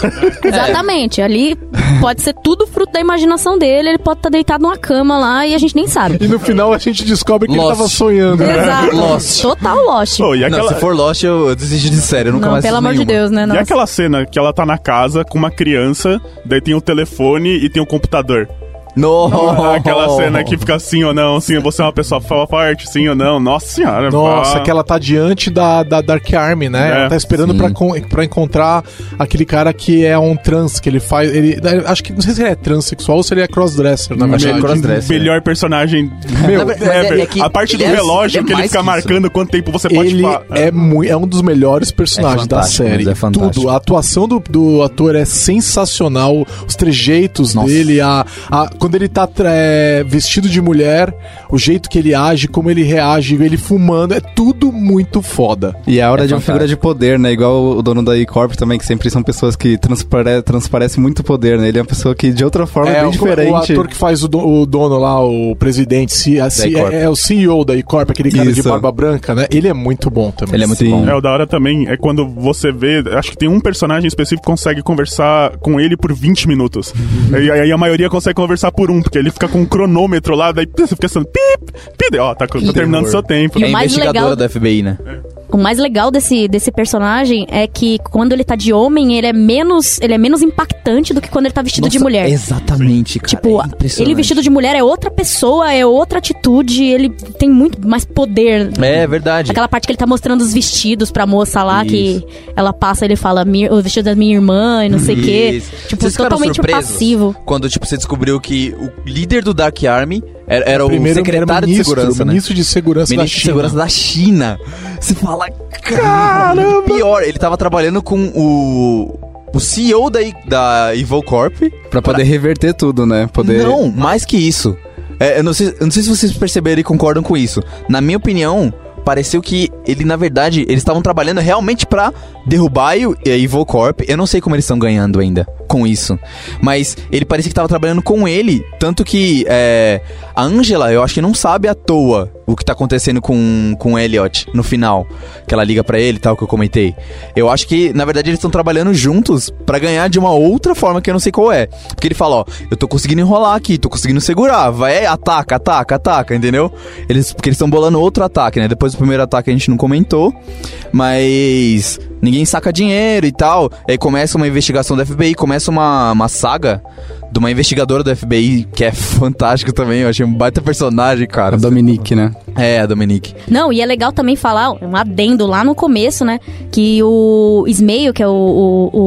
Speaker 4: Exatamente. Ali pode ser tudo fruto da imaginação dele. Ele pode estar deitado numa cama lá e a gente nem sabe.
Speaker 5: E no final a gente descobre que
Speaker 1: Lost.
Speaker 5: ele tava sonhando. né?
Speaker 4: Exato.
Speaker 1: Lost.
Speaker 4: Total Lost.
Speaker 3: Pô, e
Speaker 1: Não,
Speaker 3: aquela,
Speaker 1: se for Lost, eu, eu desisto de série, eu nunca
Speaker 4: Não,
Speaker 1: mais
Speaker 4: pelo
Speaker 1: assisto
Speaker 4: amor de
Speaker 1: nenhuma.
Speaker 4: Deus, né?
Speaker 3: e
Speaker 4: Nossa.
Speaker 3: aquela cena que ela tá na casa com uma criança, daí tem o telefone e tem o computador.
Speaker 1: No.
Speaker 3: Aquela cena que fica sim ou não, sim, você é uma pessoa que fala parte, sim ou não. Nossa senhora.
Speaker 5: Nossa,
Speaker 3: pá.
Speaker 5: que ela tá diante da, da Dark Army, né?
Speaker 3: Ah. É.
Speaker 5: Ela tá esperando pra, con- pra encontrar aquele cara que é um trans, que ele faz. Ele, acho que não sei se ele é transexual ou se ele é crossdresser, na
Speaker 1: Acho que
Speaker 5: verdade.
Speaker 1: é crossdresser.
Speaker 3: Melhor personagem.
Speaker 1: Na
Speaker 3: Meu,
Speaker 1: ver- mas é-
Speaker 3: ever.
Speaker 1: é que
Speaker 3: a parte do
Speaker 1: ele é-
Speaker 3: relógio
Speaker 1: ele é
Speaker 3: que ele
Speaker 1: mais
Speaker 3: fica
Speaker 1: que isso.
Speaker 3: marcando quanto tempo você pode
Speaker 5: Ele
Speaker 3: falar.
Speaker 5: é, mui- é um dos melhores personagens
Speaker 1: É
Speaker 5: da
Speaker 1: fantástico,
Speaker 5: série.
Speaker 1: mas é fantástico.
Speaker 5: Tudo. A atuação do, do ator é sensacional. Os trejeitos
Speaker 1: Nossa.
Speaker 5: dele, a, a- quando ele tá tra- é, vestido de mulher, o jeito que ele age, como ele reage, ele fumando, é tudo muito foda.
Speaker 2: E a hora
Speaker 1: É
Speaker 2: de uma
Speaker 1: fantástico.
Speaker 2: figura de poder, né? Igual o dono da E-Corp também, que sempre são pessoas que transpare transparece muito poder, né? Ele é uma pessoa que de outra forma é
Speaker 5: o,
Speaker 2: bem diferente.
Speaker 5: o ator que faz o, do- o dono lá, o presidente, se- a- se-
Speaker 1: E-Corp.
Speaker 5: é, é o CEO da E-Corp, aquele cara de
Speaker 2: Isso.
Speaker 5: barba branca, né? Ele é muito bom também.
Speaker 1: Ele é muito
Speaker 2: Sim.
Speaker 1: bom.
Speaker 3: É, o da hora também é quando você vê. Acho que tem um personagem específico que consegue conversar com ele por 20 minutos.
Speaker 1: Uhum.
Speaker 3: e aí a maioria consegue conversar por um, porque ele fica com um cronômetro lá, daí você fica pensando, pip, pip, ó, tá, tá terminando seu tempo.
Speaker 4: E
Speaker 1: É
Speaker 4: o mais
Speaker 1: investigadora
Speaker 4: legal-
Speaker 1: da FBI, né?
Speaker 4: O mais legal desse, desse personagem é que quando ele tá de homem, ele é menos, ele é menos impactante do que quando ele tá vestido de
Speaker 1: Nossa,
Speaker 4: mulher.
Speaker 1: Exatamente, cara.
Speaker 4: Tipo,
Speaker 1: é impressionante.
Speaker 4: ele vestido de mulher é outra pessoa, é outra atitude, ele tem muito mais poder.
Speaker 1: É verdade.
Speaker 4: Aquela parte que ele tá mostrando os vestidos pra moça lá,
Speaker 1: Isso.
Speaker 4: que ela passa e ele fala, "Mi- o vestido da minha irmã e não sei o quê.
Speaker 1: Isso.
Speaker 4: Tipo,
Speaker 1: Vocês ficaram
Speaker 4: totalmente
Speaker 1: surpresos
Speaker 4: passivo.
Speaker 1: Quando, tipo, você descobriu que o líder do Dark Army era, era o secretário de
Speaker 5: ministro,
Speaker 1: segurança, né?
Speaker 5: ministro é de segurança da
Speaker 1: Ministro de
Speaker 5: China.
Speaker 1: segurança da China. Você fala, caramba! Pior, ele tava trabalhando com o... O CEO da, I- da Evil Corp.
Speaker 2: Pra poder reverter tudo, né? Poder...
Speaker 1: Não, mais que isso. É, eu, não sei, eu não sei se vocês perceberam e concordam com isso. Na minha opinião, pareceu que ele, na verdade, eles estavam trabalhando realmente pra derrubar a e- a Evil Corp. Eu não sei como eles estão ganhando ainda com isso. Mas ele parecia que tava trabalhando com ele. Tanto que é, a Angela, eu acho que não sabe à toa o que tá acontecendo com, com o Elliot no final. Que ela liga pra ele e tal, que eu comentei. Eu acho que, na verdade, eles estão trabalhando juntos pra ganhar de uma outra forma que eu não sei qual é. Porque ele fala, ó, eu tô conseguindo enrolar aqui, tô conseguindo segurar, vai, é, ataca, ataca, ataca, entendeu? Eles, porque eles estão bolando outro ataque, né? Depois do primeiro ataque a gente não comentou, mas ninguém saca dinheiro e tal. Aí começa uma investigação da FBI, começa uma, uma saga de uma investigadora da FBI que é fantástico também, eu achei um baita personagem,
Speaker 2: A
Speaker 1: cara.
Speaker 2: Dominique, né?
Speaker 1: É, a Dominique.
Speaker 4: Não, e é legal também falar, um adendo lá no começo, né? Que o Ismail, que é o, o,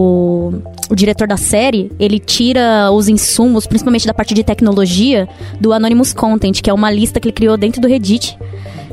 Speaker 4: o- o diretor da série, ele tira os insumos, principalmente da parte de tecnologia, do Anonymous Content, que é uma lista que ele criou dentro do Reddit.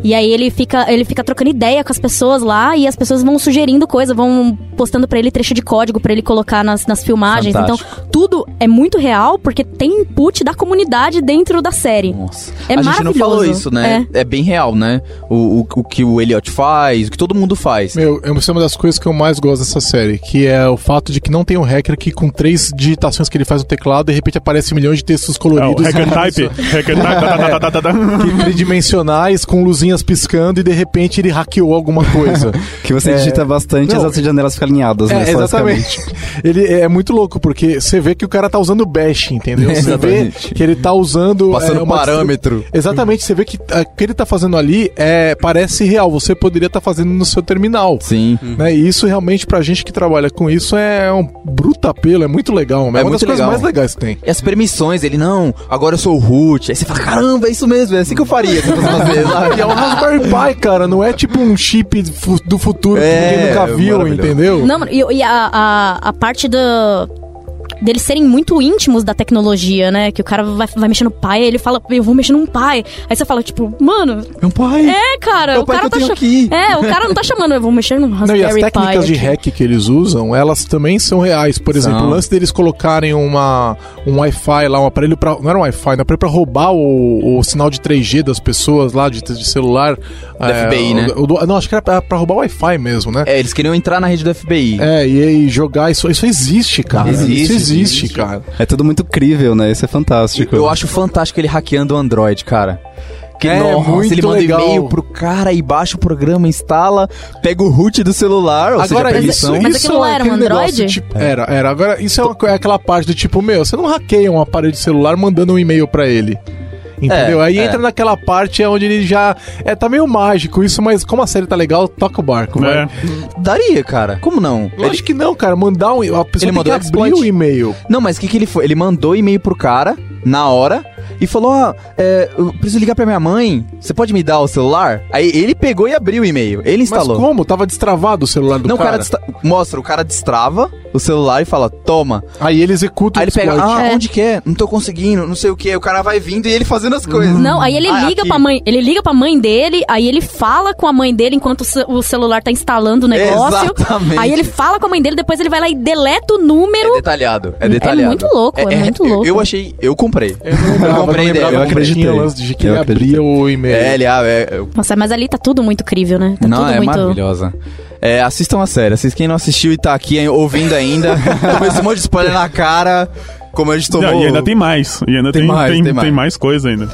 Speaker 4: E aí ele fica, ele fica trocando ideia com as pessoas lá e as pessoas vão sugerindo coisa, vão postando pra ele trecho de código pra ele colocar nas, nas filmagens.
Speaker 1: Fantástico.
Speaker 4: Então, tudo é muito real porque tem input da comunidade dentro da série.
Speaker 1: Nossa.
Speaker 4: É
Speaker 1: a gente não
Speaker 4: maravilhoso.
Speaker 1: falou isso, né? É, bem real, né? O, o, o que o Elliot faz, o que todo mundo faz.
Speaker 5: Meu, eu- isso é uma das coisas que eu mais gosto dessa série, que é o fato de que não tem um hacker que com três digitações que ele faz no teclado, de repente aparece milhões de textos
Speaker 3: É, o
Speaker 5: coloridos.
Speaker 3: hacker type. Hacker type. tá, tá, tá, tá, tá, tá.
Speaker 5: Tridimensionais, com luzinhas piscando e de repente ele hackeou alguma coisa.
Speaker 2: Que você digita bastante,
Speaker 5: É. Não.
Speaker 2: as outras janelas ficam alinhadas, né?
Speaker 5: É,
Speaker 2: Só
Speaker 5: exatamente. Ele é muito louco, porque você vê que o cara tá usando bash, entendeu? Você vê
Speaker 1: Exatamente.
Speaker 5: que ele tá usando.
Speaker 1: Passando
Speaker 5: é, uma-
Speaker 1: parâmetro.
Speaker 5: Exatamente, você vê que é, o que ele tá fazendo ali é, parece real, você poderia estar fazendo no seu terminal.
Speaker 1: Sim.
Speaker 5: Né? E isso realmente, pra gente que trabalha com isso, é um bruto apelo, é muito legal. É, uma
Speaker 1: muito
Speaker 5: das coisas
Speaker 1: legal.
Speaker 5: mais legais que tem.
Speaker 1: E as permissões, ele, não, agora eu sou o root. Aí você fala, caramba, é isso mesmo, é assim que eu faria se eu fosse fazer,
Speaker 5: E
Speaker 1: sabe?
Speaker 5: é um Raspberry Pi, cara, não é tipo um chip fu- do futuro
Speaker 1: É,
Speaker 5: que ninguém nunca viu,
Speaker 1: maravilhoso.
Speaker 5: entendeu?
Speaker 4: Não, mano, e, e a, a, a parte do. Deles serem muito íntimos da tecnologia, né? Que o cara vai, vai mexer no pai, aí ele fala, eu vou mexer num pai. Aí você fala, tipo, mano,
Speaker 5: um
Speaker 1: Meu pai.
Speaker 4: é, cara,
Speaker 1: É o
Speaker 4: o,
Speaker 1: pai
Speaker 4: cara
Speaker 1: que eu
Speaker 4: tá
Speaker 1: tenho
Speaker 4: chamando.
Speaker 1: aqui.
Speaker 4: É, o cara não tá chamando, eu vou mexer num
Speaker 5: Não,
Speaker 4: Raspberry
Speaker 5: e as técnicas
Speaker 4: Pi
Speaker 5: de
Speaker 4: aqui."
Speaker 5: hack que eles usam, elas também são reais. Por exemplo,
Speaker 1: São.
Speaker 5: o lance deles colocarem uma, um Wi-Fi lá, um aparelho pra. Não era um Wi-Fi, um aparelho pra roubar o, o sinal de 3G das pessoas lá, de, de celular. é, Da
Speaker 1: FBI, né?
Speaker 5: não, acho que era pra, pra roubar o Wi-Fi mesmo, né?
Speaker 1: É, eles queriam entrar na rede do FBI.
Speaker 5: É, e, e jogar isso. Isso existe, cara.
Speaker 1: Existe,
Speaker 5: isso existe,
Speaker 1: existe.
Speaker 5: cara.
Speaker 2: É tudo muito crível, né? Isso é fantástico.
Speaker 1: Eu acho fantástico ele hackeando o Android, cara. Que
Speaker 5: É,
Speaker 1: nossa,
Speaker 5: muito
Speaker 1: ele manda
Speaker 5: legal.
Speaker 1: e-mail pro cara e baixa o programa, instala, pega o root do celular, ou seja,
Speaker 5: Agora,
Speaker 1: pega
Speaker 5: isso,
Speaker 1: lição.
Speaker 4: Mas
Speaker 5: isso
Speaker 4: aquilo não
Speaker 5: é
Speaker 4: era um
Speaker 5: aquele negócio,
Speaker 4: Android?
Speaker 5: tipo, era, era. Agora, isso é, uma co- é aquela parte do tipo, meu, você não hackeia um aparelho de celular mandando um e-mail pra ele. Entendeu?
Speaker 1: É,
Speaker 5: Aí
Speaker 1: é.
Speaker 5: entra naquela parte onde ele já. É, tá meio mágico isso, mas como a série tá legal, toca o barco,
Speaker 3: É.
Speaker 5: vai.
Speaker 1: Daria, cara. Como não?
Speaker 5: Eu acho que não, cara. Mandar um. A pessoa
Speaker 1: Ele
Speaker 5: tem que
Speaker 1: mandou
Speaker 5: abrir
Speaker 1: exploit?
Speaker 5: o e-mail.
Speaker 1: Não, mas o que, que ele foi? Ele mandou e-mail pro cara, na hora, e falou: Ó, é, eu preciso ligar pra minha mãe, você pode me dar o celular? Aí ele pegou e abriu o e-mail, ele instalou.
Speaker 5: Mas como? Tava destravado o celular do
Speaker 1: Não, o
Speaker 5: cara.
Speaker 1: cara destra- mostra, o cara destrava o celular e fala: Toma.
Speaker 5: Aí ele executa
Speaker 1: Aí ele pega:
Speaker 5: exploit.
Speaker 1: Ah,
Speaker 4: É.
Speaker 1: onde que é? Não tô conseguindo, não sei o que. O cara vai vindo e ele fazendo as coisas.
Speaker 4: Não, aí ele
Speaker 1: Ah,
Speaker 4: liga
Speaker 1: aqui.
Speaker 4: pra mãe, ele liga pra mãe dele, aí ele fala com a mãe dele enquanto o ce- o celular tá instalando o negócio.
Speaker 1: Exatamente.
Speaker 4: Aí ele fala com a mãe dele, depois ele vai lá e deleta o
Speaker 1: É
Speaker 4: número.
Speaker 1: detalhado, é detalhado.
Speaker 4: muito louco, é muito
Speaker 1: eu-
Speaker 4: louco.
Speaker 1: Eu achei, eu comprei.
Speaker 5: Eu não lembrava,
Speaker 1: ah, comprei
Speaker 5: não lembrava
Speaker 1: dele, eu
Speaker 5: como
Speaker 2: acreditei.
Speaker 5: tinha o lance de que
Speaker 2: Eu
Speaker 5: ele
Speaker 2: acreditei.
Speaker 5: abria o e-mail.
Speaker 1: É, ele, ah, é, eu-
Speaker 4: Nossa, mas ali tá tudo muito crível, né? Tá
Speaker 1: não,
Speaker 4: tudo
Speaker 1: é
Speaker 4: muito.
Speaker 1: maravilhosa. É, assistam a série. Assist, quem não assistiu e tá aqui hein, ouvindo ainda, tomou esse monte de spoiler na cara, como a gente tomou.
Speaker 3: Não, e ainda tem mais. E ainda
Speaker 1: Tem
Speaker 3: tem,
Speaker 1: mais,
Speaker 3: tem-
Speaker 1: tem mais.
Speaker 3: tem mais coisa ainda.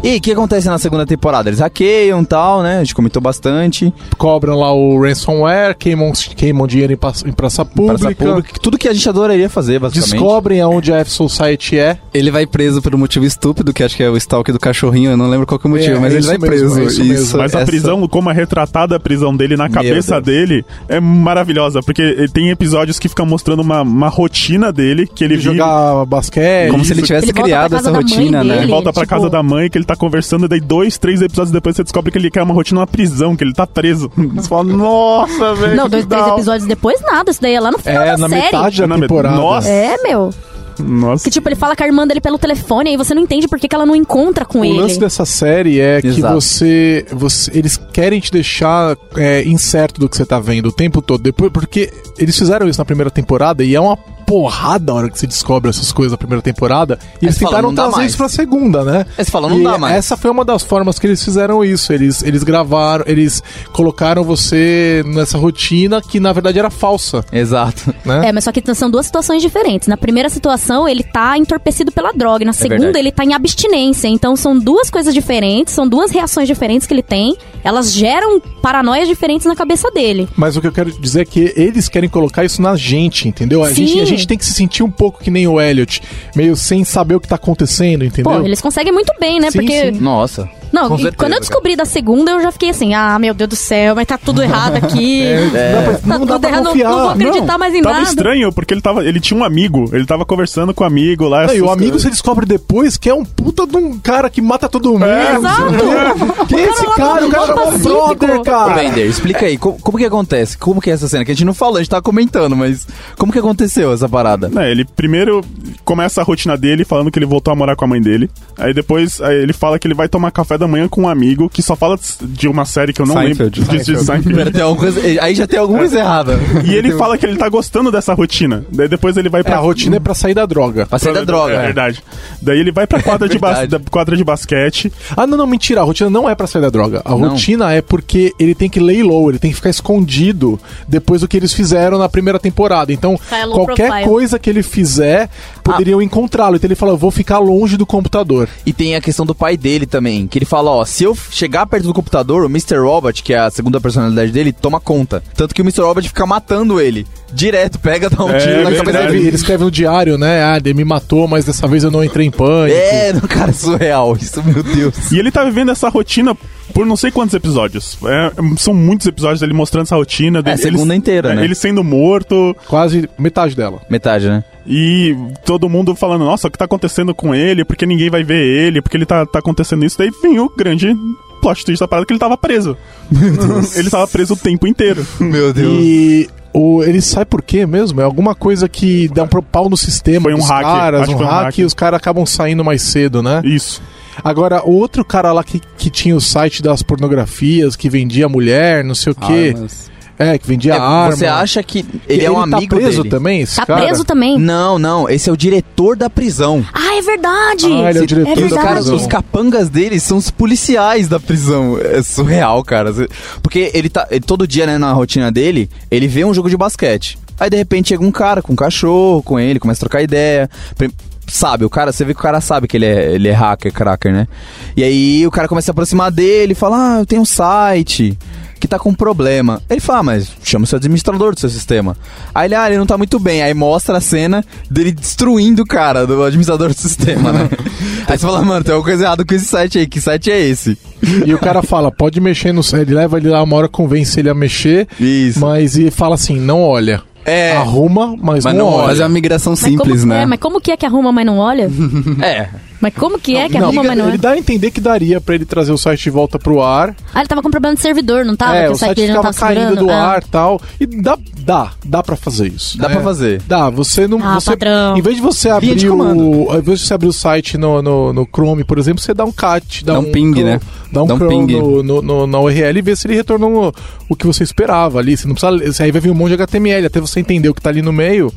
Speaker 1: E o que acontece na segunda temporada? Eles hackeiam e tal, né? A gente comentou bastante.
Speaker 5: Cobram lá o ransomware, queimam, queimam dinheiro em praça, em praça
Speaker 1: Praça pública, Tudo que a gente adoraria fazer, basicamente.
Speaker 5: Descobrem aonde a F-Society é.
Speaker 2: Ele vai preso por um motivo estúpido, que acho que é o stalk do cachorrinho, eu não lembro qual que é o motivo,
Speaker 5: É,
Speaker 2: mas
Speaker 5: é
Speaker 2: ele
Speaker 5: isso
Speaker 2: vai
Speaker 5: mesmo,
Speaker 2: preso.
Speaker 5: é isso mesmo.
Speaker 3: Mas a
Speaker 2: essa-
Speaker 3: prisão, como é retratada a prisão dele na cabeça
Speaker 1: Deus.
Speaker 3: dele, é maravilhosa. Porque eh, tem episódios que ficam mostrando uma, uma rotina dele, que ele
Speaker 5: Ele
Speaker 3: vive.
Speaker 5: jogar basquete.
Speaker 2: Como se ele
Speaker 3: isso.
Speaker 2: tivesse
Speaker 4: Ele volta
Speaker 2: criado
Speaker 4: pra casa
Speaker 2: essa
Speaker 4: da mãe
Speaker 2: rotina, né?
Speaker 3: Ele
Speaker 4: dele.
Speaker 3: volta pra
Speaker 4: tipo-
Speaker 3: casa da mãe, que ele tá conversando, e daí dois, três episódios depois você descobre que ele quer uma rotina na prisão, que ele tá preso. Você fala, nossa, velho.
Speaker 4: Não,
Speaker 3: que
Speaker 4: dois, três
Speaker 3: da-
Speaker 4: episódios depois, nada. Isso daí é lá no final
Speaker 5: um- É,
Speaker 4: da
Speaker 5: na
Speaker 4: série.
Speaker 5: metade da
Speaker 3: Na met-
Speaker 5: temporada.
Speaker 3: Nossa.
Speaker 4: É, meu.
Speaker 3: Nossa.
Speaker 4: Que tipo, ele fala com a irmã dele pelo telefone, aí você não entende por que, que ela não encontra com
Speaker 5: O
Speaker 4: ele.
Speaker 5: lance dessa série é que
Speaker 1: Exato.
Speaker 5: você, você. Eles querem te deixar é, incerto do que você tá vendo o tempo todo. Depois, porque eles fizeram isso na primeira temporada e é uma porrada a hora que você descobre essas coisas na primeira temporada. E eles
Speaker 1: você fala,
Speaker 5: tentaram
Speaker 1: não dá
Speaker 5: trazer
Speaker 1: mais.
Speaker 5: isso pra segunda, né?
Speaker 1: Aí É, você fala, não
Speaker 5: E
Speaker 1: dá mais.
Speaker 5: Essa foi uma das formas que eles fizeram isso. Eles, eles gravaram, eles colocaram você nessa rotina que na verdade era falsa,
Speaker 1: Exato.
Speaker 5: né?
Speaker 4: É, mas só que são duas situações diferentes. Na primeira situação, ele tá entorpecido pela droga. e Na segunda,
Speaker 1: É verdade.
Speaker 4: ele tá em abstinência. Então, são duas coisas diferentes, são duas reações diferentes que ele tem. Elas geram paranoias diferentes na cabeça dele.
Speaker 5: Mas o que eu quero dizer é que eles querem colocar isso na gente, entendeu? A,
Speaker 4: Sim.
Speaker 5: gente, a gente tem que se sentir um pouco que nem o Elliot, meio sem saber o que tá acontecendo, entendeu?
Speaker 4: Pô, eles conseguem muito bem, né?
Speaker 5: Sim,
Speaker 4: Porque.
Speaker 5: sim.
Speaker 1: Nossa.
Speaker 4: Não,
Speaker 1: Com
Speaker 4: e
Speaker 1: certeza,
Speaker 4: quando eu descobri da segunda, eu já fiquei assim: ah, meu Deus do céu, mas tá tudo errado aqui.
Speaker 1: É,
Speaker 5: Não dá pra-
Speaker 4: Tá
Speaker 5: não dá
Speaker 4: tudo
Speaker 5: pra
Speaker 4: errado, não,
Speaker 5: confiar.
Speaker 4: não vou acreditar mais em
Speaker 3: Tava
Speaker 4: nada.
Speaker 3: estranho, porque ele, tava, ele tinha um amigo, ele tava conversando com o amigo lá.
Speaker 5: Não, e o
Speaker 3: essas
Speaker 5: amigo
Speaker 3: coisas.
Speaker 5: você descobre depois que é um puta de um cara que mata todo mundo.
Speaker 3: É,
Speaker 5: não sei o quê. Que é esse
Speaker 4: lá
Speaker 5: cara?
Speaker 4: do
Speaker 5: O cara é um
Speaker 4: Pacífico.
Speaker 5: brother,
Speaker 3: Ah.
Speaker 1: Ô,
Speaker 5: cara.
Speaker 1: Bender, explica aí, co- como, que acontece? Como que é essa cena? Que a gente não falou, a gente tá comentando, mas como que aconteceu essa parada?
Speaker 3: É, ele primeiro começa a rotina dele falando que ele voltou a morar com a mãe dele. Aí depois aí ele fala que ele vai tomar café café da manhã com um amigo que só fala de uma série que eu não
Speaker 2: Seinfeld.
Speaker 3: lembro. De, de Seinfeld.
Speaker 1: Pera, tem alguma coisa- aí já tem alguma coisa errada.
Speaker 3: E ele fala que ele tá gostando dessa rotina. Daí depois ele vai
Speaker 5: É,
Speaker 3: pra.
Speaker 5: a rotina é pra sair da droga.
Speaker 1: Pra sair da droga.
Speaker 3: É verdade. Daí ele vai pra quadra, de, bas-
Speaker 1: verdade.
Speaker 3: da quadra de basquete.
Speaker 5: Ah, não, não, mentira. A rotina não é pra sair da droga. A
Speaker 1: Não.
Speaker 5: rotina é porque ele tem que lay low, ele tem que ficar escondido depois do que eles fizeram na primeira temporada. Então,
Speaker 4: Cai low
Speaker 5: qualquer
Speaker 4: profile.
Speaker 5: coisa que ele fizer,
Speaker 3: Ah.
Speaker 5: poderiam encontrá-lo. Então ele fala, vou ficar longe do computador.
Speaker 1: E tem a questão do pai dele também, que ele fala, ó, se eu chegar perto do computador, o Mr. Robot, que é a segunda personalidade dele, toma conta. Tanto que o Mr. Robot fica matando ele. Direto, pega, dá um
Speaker 3: É
Speaker 1: tiro na
Speaker 5: ele,
Speaker 1: cabeça
Speaker 3: verdade.
Speaker 5: escreve,
Speaker 1: dele.
Speaker 5: ele escreve no diário, né? Ah, ele me matou, mas dessa vez eu não entrei em pânico.
Speaker 1: É, no cara é surreal, isso, meu Deus.
Speaker 3: E ele tá vivendo essa rotina por não sei quantos episódios. É, são muitos episódios dele mostrando essa rotina. dele-
Speaker 1: É segunda inteira, né?
Speaker 3: Ele sendo morto
Speaker 5: Quase metade dela.
Speaker 1: Metade, né?
Speaker 3: e todo mundo falando, nossa, o que tá acontecendo com ele? Porque ninguém vai ver ele, porque ele tá, tá acontecendo isso. Daí vem o grande plot twist da parada que ele tava preso. ele tava preso o tempo inteiro.
Speaker 1: Meu
Speaker 5: E o, ele sai por quê mesmo? É alguma coisa que dá um pro- pau no sistema.
Speaker 3: Foi um
Speaker 5: dos
Speaker 3: hack,
Speaker 5: Caras,
Speaker 3: acho
Speaker 5: um
Speaker 3: que foi um
Speaker 5: hack,
Speaker 3: hack.
Speaker 5: e os caras acabam saindo mais cedo, né?
Speaker 3: Isso.
Speaker 5: Agora, o outro cara lá que, que tinha o site das pornografias, que vendia mulher, não sei o quê.
Speaker 2: Armas.
Speaker 5: É, que vendia arma.
Speaker 1: você acha que ele, é um
Speaker 5: tá
Speaker 1: amigo
Speaker 5: preso
Speaker 1: dele?
Speaker 5: também, esse
Speaker 4: Tá
Speaker 5: cara?
Speaker 4: preso também.
Speaker 1: Não, não, esse é o diretor da prisão.
Speaker 4: Ah, é verdade!
Speaker 5: Ah, ele é o diretor
Speaker 1: E os,
Speaker 4: verdade.
Speaker 1: caras, os capangas dele são os policiais da prisão. É surreal, cara. Porque ele tá. ele- todo dia, né, na rotina dele, ele vê um jogo de basquete. Aí de repente chega um cara com um cachorro, com ele, começa a trocar ideia. Prim- Sabe, o cara, você vê que o cara sabe que ele é, ele é hacker, cracker, né? E aí o cara começa a se aproximar dele, fala: Ah, eu tenho um site que tá com problema. Ele fala, "Ah, mas chama o seu administrador do seu sistema. Aí ele, ah, ele não tá muito bem. Aí mostra a cena dele destruindo o cara, do administrador do sistema, né? aí você fala, mano, tem alguma coisa errada com esse site aí. Que site é esse?
Speaker 5: E o cara fala, pode mexer no site. Ele leva ele lá, uma hora convence ele a mexer.
Speaker 1: Isso.
Speaker 5: Mas e fala assim, não olha.
Speaker 1: É. um
Speaker 5: Arruma, mas,
Speaker 1: Mas
Speaker 5: não,
Speaker 1: não
Speaker 5: olha.
Speaker 2: Mas é uma migração
Speaker 4: Mas como-
Speaker 2: simples, né?
Speaker 4: É, mas como que é que arruma, mas não olha?
Speaker 1: É.
Speaker 4: Mas como que é que
Speaker 5: Não,
Speaker 4: arruma, mas não
Speaker 5: ele
Speaker 4: olha?
Speaker 5: dá a entender que daria pra ele trazer o site de volta pro ar.
Speaker 4: Ah, ele tava com problema de servidor, não tava?
Speaker 5: é,
Speaker 4: Que
Speaker 5: o site
Speaker 4: dele não
Speaker 5: ficava
Speaker 4: tava
Speaker 5: caindo
Speaker 4: segurando?
Speaker 5: do
Speaker 4: Ah.
Speaker 5: ar e tal. E dá, dá, dá pra fazer isso.
Speaker 1: Dá
Speaker 5: né?
Speaker 1: pra fazer.
Speaker 5: Dá, você não.
Speaker 4: Ah,
Speaker 5: você,
Speaker 4: padrão.
Speaker 5: Em vez de você
Speaker 1: Linha
Speaker 5: abrir
Speaker 1: de comando.
Speaker 5: o. Ao invés de você abrir o site no, no, no Chrome, por exemplo, você dá um cat, dá,
Speaker 2: Dá um ping,
Speaker 5: cro-
Speaker 2: né?
Speaker 5: Dá um,
Speaker 2: Dá um
Speaker 5: cron
Speaker 2: ping.
Speaker 5: No, no, no- na URL e vê se ele retornou o que você esperava ali. Você não precisa. você- Aí vai vir um monte de HTML, até você entender o que tá ali no meio,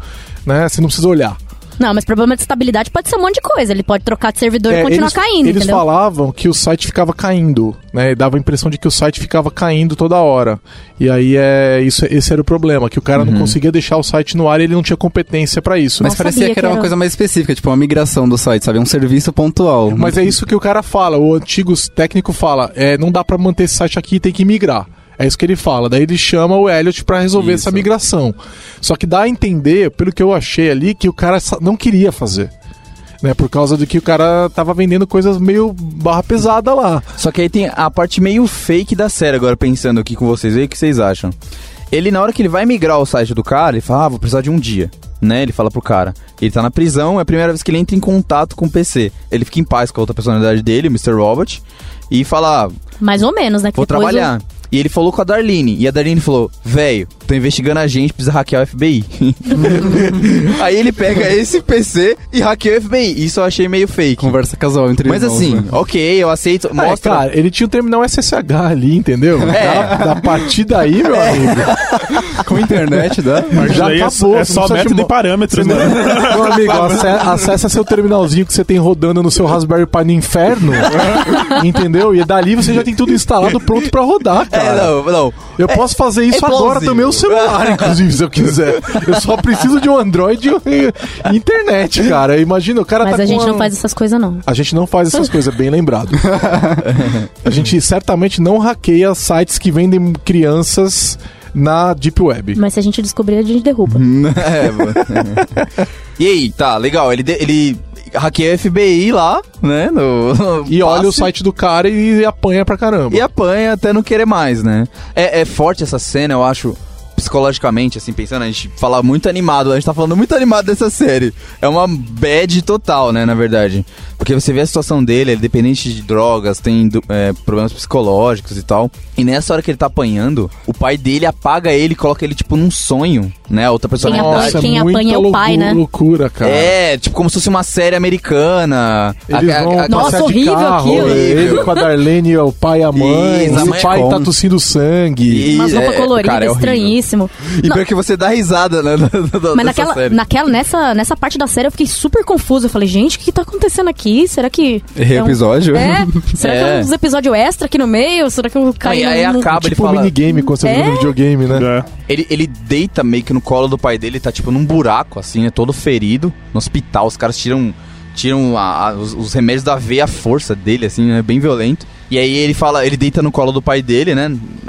Speaker 5: né? Você não precisa olhar.
Speaker 4: Não, mas problema de estabilidade pode ser um monte de coisa. Ele pode trocar de servidor
Speaker 5: É,
Speaker 4: e continuar
Speaker 5: eles,
Speaker 4: caindo,
Speaker 5: Eles
Speaker 4: entendeu?
Speaker 5: falavam que o site ficava caindo, né? E dava a impressão de que o site ficava caindo toda hora. E aí é isso, esse era o problema, que o cara não conseguia deixar o site no ar, e ele não tinha competência pra isso. né?
Speaker 2: Mas
Speaker 4: Não
Speaker 2: parecia
Speaker 4: sabia
Speaker 2: que era
Speaker 4: que
Speaker 2: uma
Speaker 4: era-
Speaker 2: coisa mais específica, tipo uma migração do site, sabe? Um serviço pontual.
Speaker 5: Mas é isso que o cara fala, o antigo técnico fala, é, não dá pra manter esse site aqui, tem que migrar. É isso que ele fala. Daí ele chama o Elliot pra resolver
Speaker 2: Isso.
Speaker 5: essa migração. Só que dá a entender, pelo que eu achei ali, que o cara sa- não queria fazer. Né, por causa do que o cara tava vendendo coisas meio barra pesada lá.
Speaker 1: Só que aí tem a parte meio fake da série agora, pensando aqui com vocês aí, o que vocês acham? Ele, na hora que ele vai migrar o site do cara, ele fala, ah, vou precisar de um dia. Né? Ele fala pro cara. Ele tá na prisão, é a primeira vez que ele entra em contato com o PC. Ele fica em paz com a outra personalidade dele, o Mr. Robot, e fala, ah,
Speaker 4: Mais ou menos, né? que
Speaker 1: Vou
Speaker 4: depois
Speaker 1: trabalhar. E ele falou com a Darlene. E a Darlene falou: Velho, tô investigando a gente, precisa hackear o FBI. Aí ele pega esse PC e hackeia o FBI. Isso eu achei meio fake.
Speaker 2: Conversa casual entre
Speaker 1: Mas
Speaker 2: irmãos,
Speaker 1: assim,
Speaker 2: né?
Speaker 1: ok, eu aceito.
Speaker 5: Ah, é,
Speaker 1: Mostra.
Speaker 5: cara, ele tinha o terminal SSH ali, entendeu?
Speaker 1: É.
Speaker 5: Da, da partida aí, meu amigo.
Speaker 2: com internet dá.
Speaker 3: Mas
Speaker 5: Já
Speaker 3: É. daí é-
Speaker 5: acabou,
Speaker 3: é,
Speaker 5: você não
Speaker 3: só
Speaker 5: precisa
Speaker 3: método
Speaker 5: de
Speaker 3: e
Speaker 5: mo-
Speaker 3: parâmetros, né?
Speaker 5: Meu amigo, ace- acessa seu terminalzinho que você tem rodando no seu Raspberry Pi no inferno,
Speaker 3: É.
Speaker 5: entendeu? E dali você já tem tudo instalado pronto pra rodar,
Speaker 1: É,
Speaker 5: cara.
Speaker 1: não, não.
Speaker 5: Eu posso fazer isso
Speaker 1: é
Speaker 5: agora
Speaker 1: plausível.
Speaker 5: do meu celular, inclusive, se eu quiser. Eu só preciso de um Android e internet, cara. Imagina, o cara
Speaker 4: Mas
Speaker 5: tá
Speaker 4: a
Speaker 5: com
Speaker 4: gente
Speaker 5: uma-
Speaker 4: não faz essas coisas, não.
Speaker 5: a gente não faz essas coisas, bem lembrado. A gente certamente não hackeia sites que vendem crianças na Deep Web.
Speaker 4: Mas se a gente descobrir, a gente derruba.
Speaker 1: É, mano. e aí, tá, legal. Ele, de- ele hackeia o FBI lá, né? no- no
Speaker 5: E olha o
Speaker 1: passe.
Speaker 5: site do cara e apanha pra caramba.
Speaker 1: E apanha até não querer mais, né? É, é forte essa cena, eu acho. psicologicamente, assim, pensando, a gente fala muito animado, a gente tá falando muito animado dessa série. É uma bad total, né, na verdade. Porque você vê a situação dele, ele é dependente de drogas, tem do- é, problemas psicológicos e tal. E nessa hora que ele tá apanhando, o pai dele apaga ele e coloca ele, tipo, num sonho, né? Outra
Speaker 4: Quem apanha-
Speaker 1: personalidade.
Speaker 4: quem
Speaker 5: muita
Speaker 4: apanha é o pai, né?
Speaker 5: loucura, cara.
Speaker 1: É, tipo, como se fosse uma série americana.
Speaker 5: Eles
Speaker 1: A- a-
Speaker 5: vão
Speaker 1: a-
Speaker 4: Nossa,
Speaker 5: passear de
Speaker 4: horrível
Speaker 5: carro,
Speaker 4: aquilo.
Speaker 5: Ele com a Darlene, é o pai e a mãe.
Speaker 1: Isso, a
Speaker 5: o
Speaker 1: mãe é
Speaker 5: pai
Speaker 1: com-
Speaker 5: tá tossindo sangue.
Speaker 1: E-
Speaker 4: Umas roupas
Speaker 1: é,
Speaker 4: coloridas,
Speaker 1: cara, é horrível.
Speaker 4: estranhíssimo.
Speaker 1: E
Speaker 4: Não,
Speaker 1: pior que você dá risada, né?
Speaker 4: Mas naquela,
Speaker 1: série.
Speaker 4: naquela, nessa, nessa parte da série eu fiquei super confusa. Eu falei, gente, o que, que tá acontecendo aqui? Será que.
Speaker 2: Errei
Speaker 4: é
Speaker 2: o
Speaker 4: um-
Speaker 2: episódio.
Speaker 4: É? Será que
Speaker 1: É.
Speaker 4: é uns episódios extra aqui no meio? Será que eu caí
Speaker 1: Aí- aí
Speaker 4: num- num-
Speaker 1: acaba, ele
Speaker 5: tipo um
Speaker 1: fala-
Speaker 5: minigame quando você
Speaker 4: É?
Speaker 5: joga no videogame, né?
Speaker 3: É.
Speaker 1: Ele, ele deita meio que no colo do pai dele, tá tipo num buraco, assim, né? Todo ferido, no hospital. Os caras tiram, tiram a- a- os, os remédios da veia à força dele, assim, né? Bem violento. E aí ele fala, ele deita no colo do pai dele, né?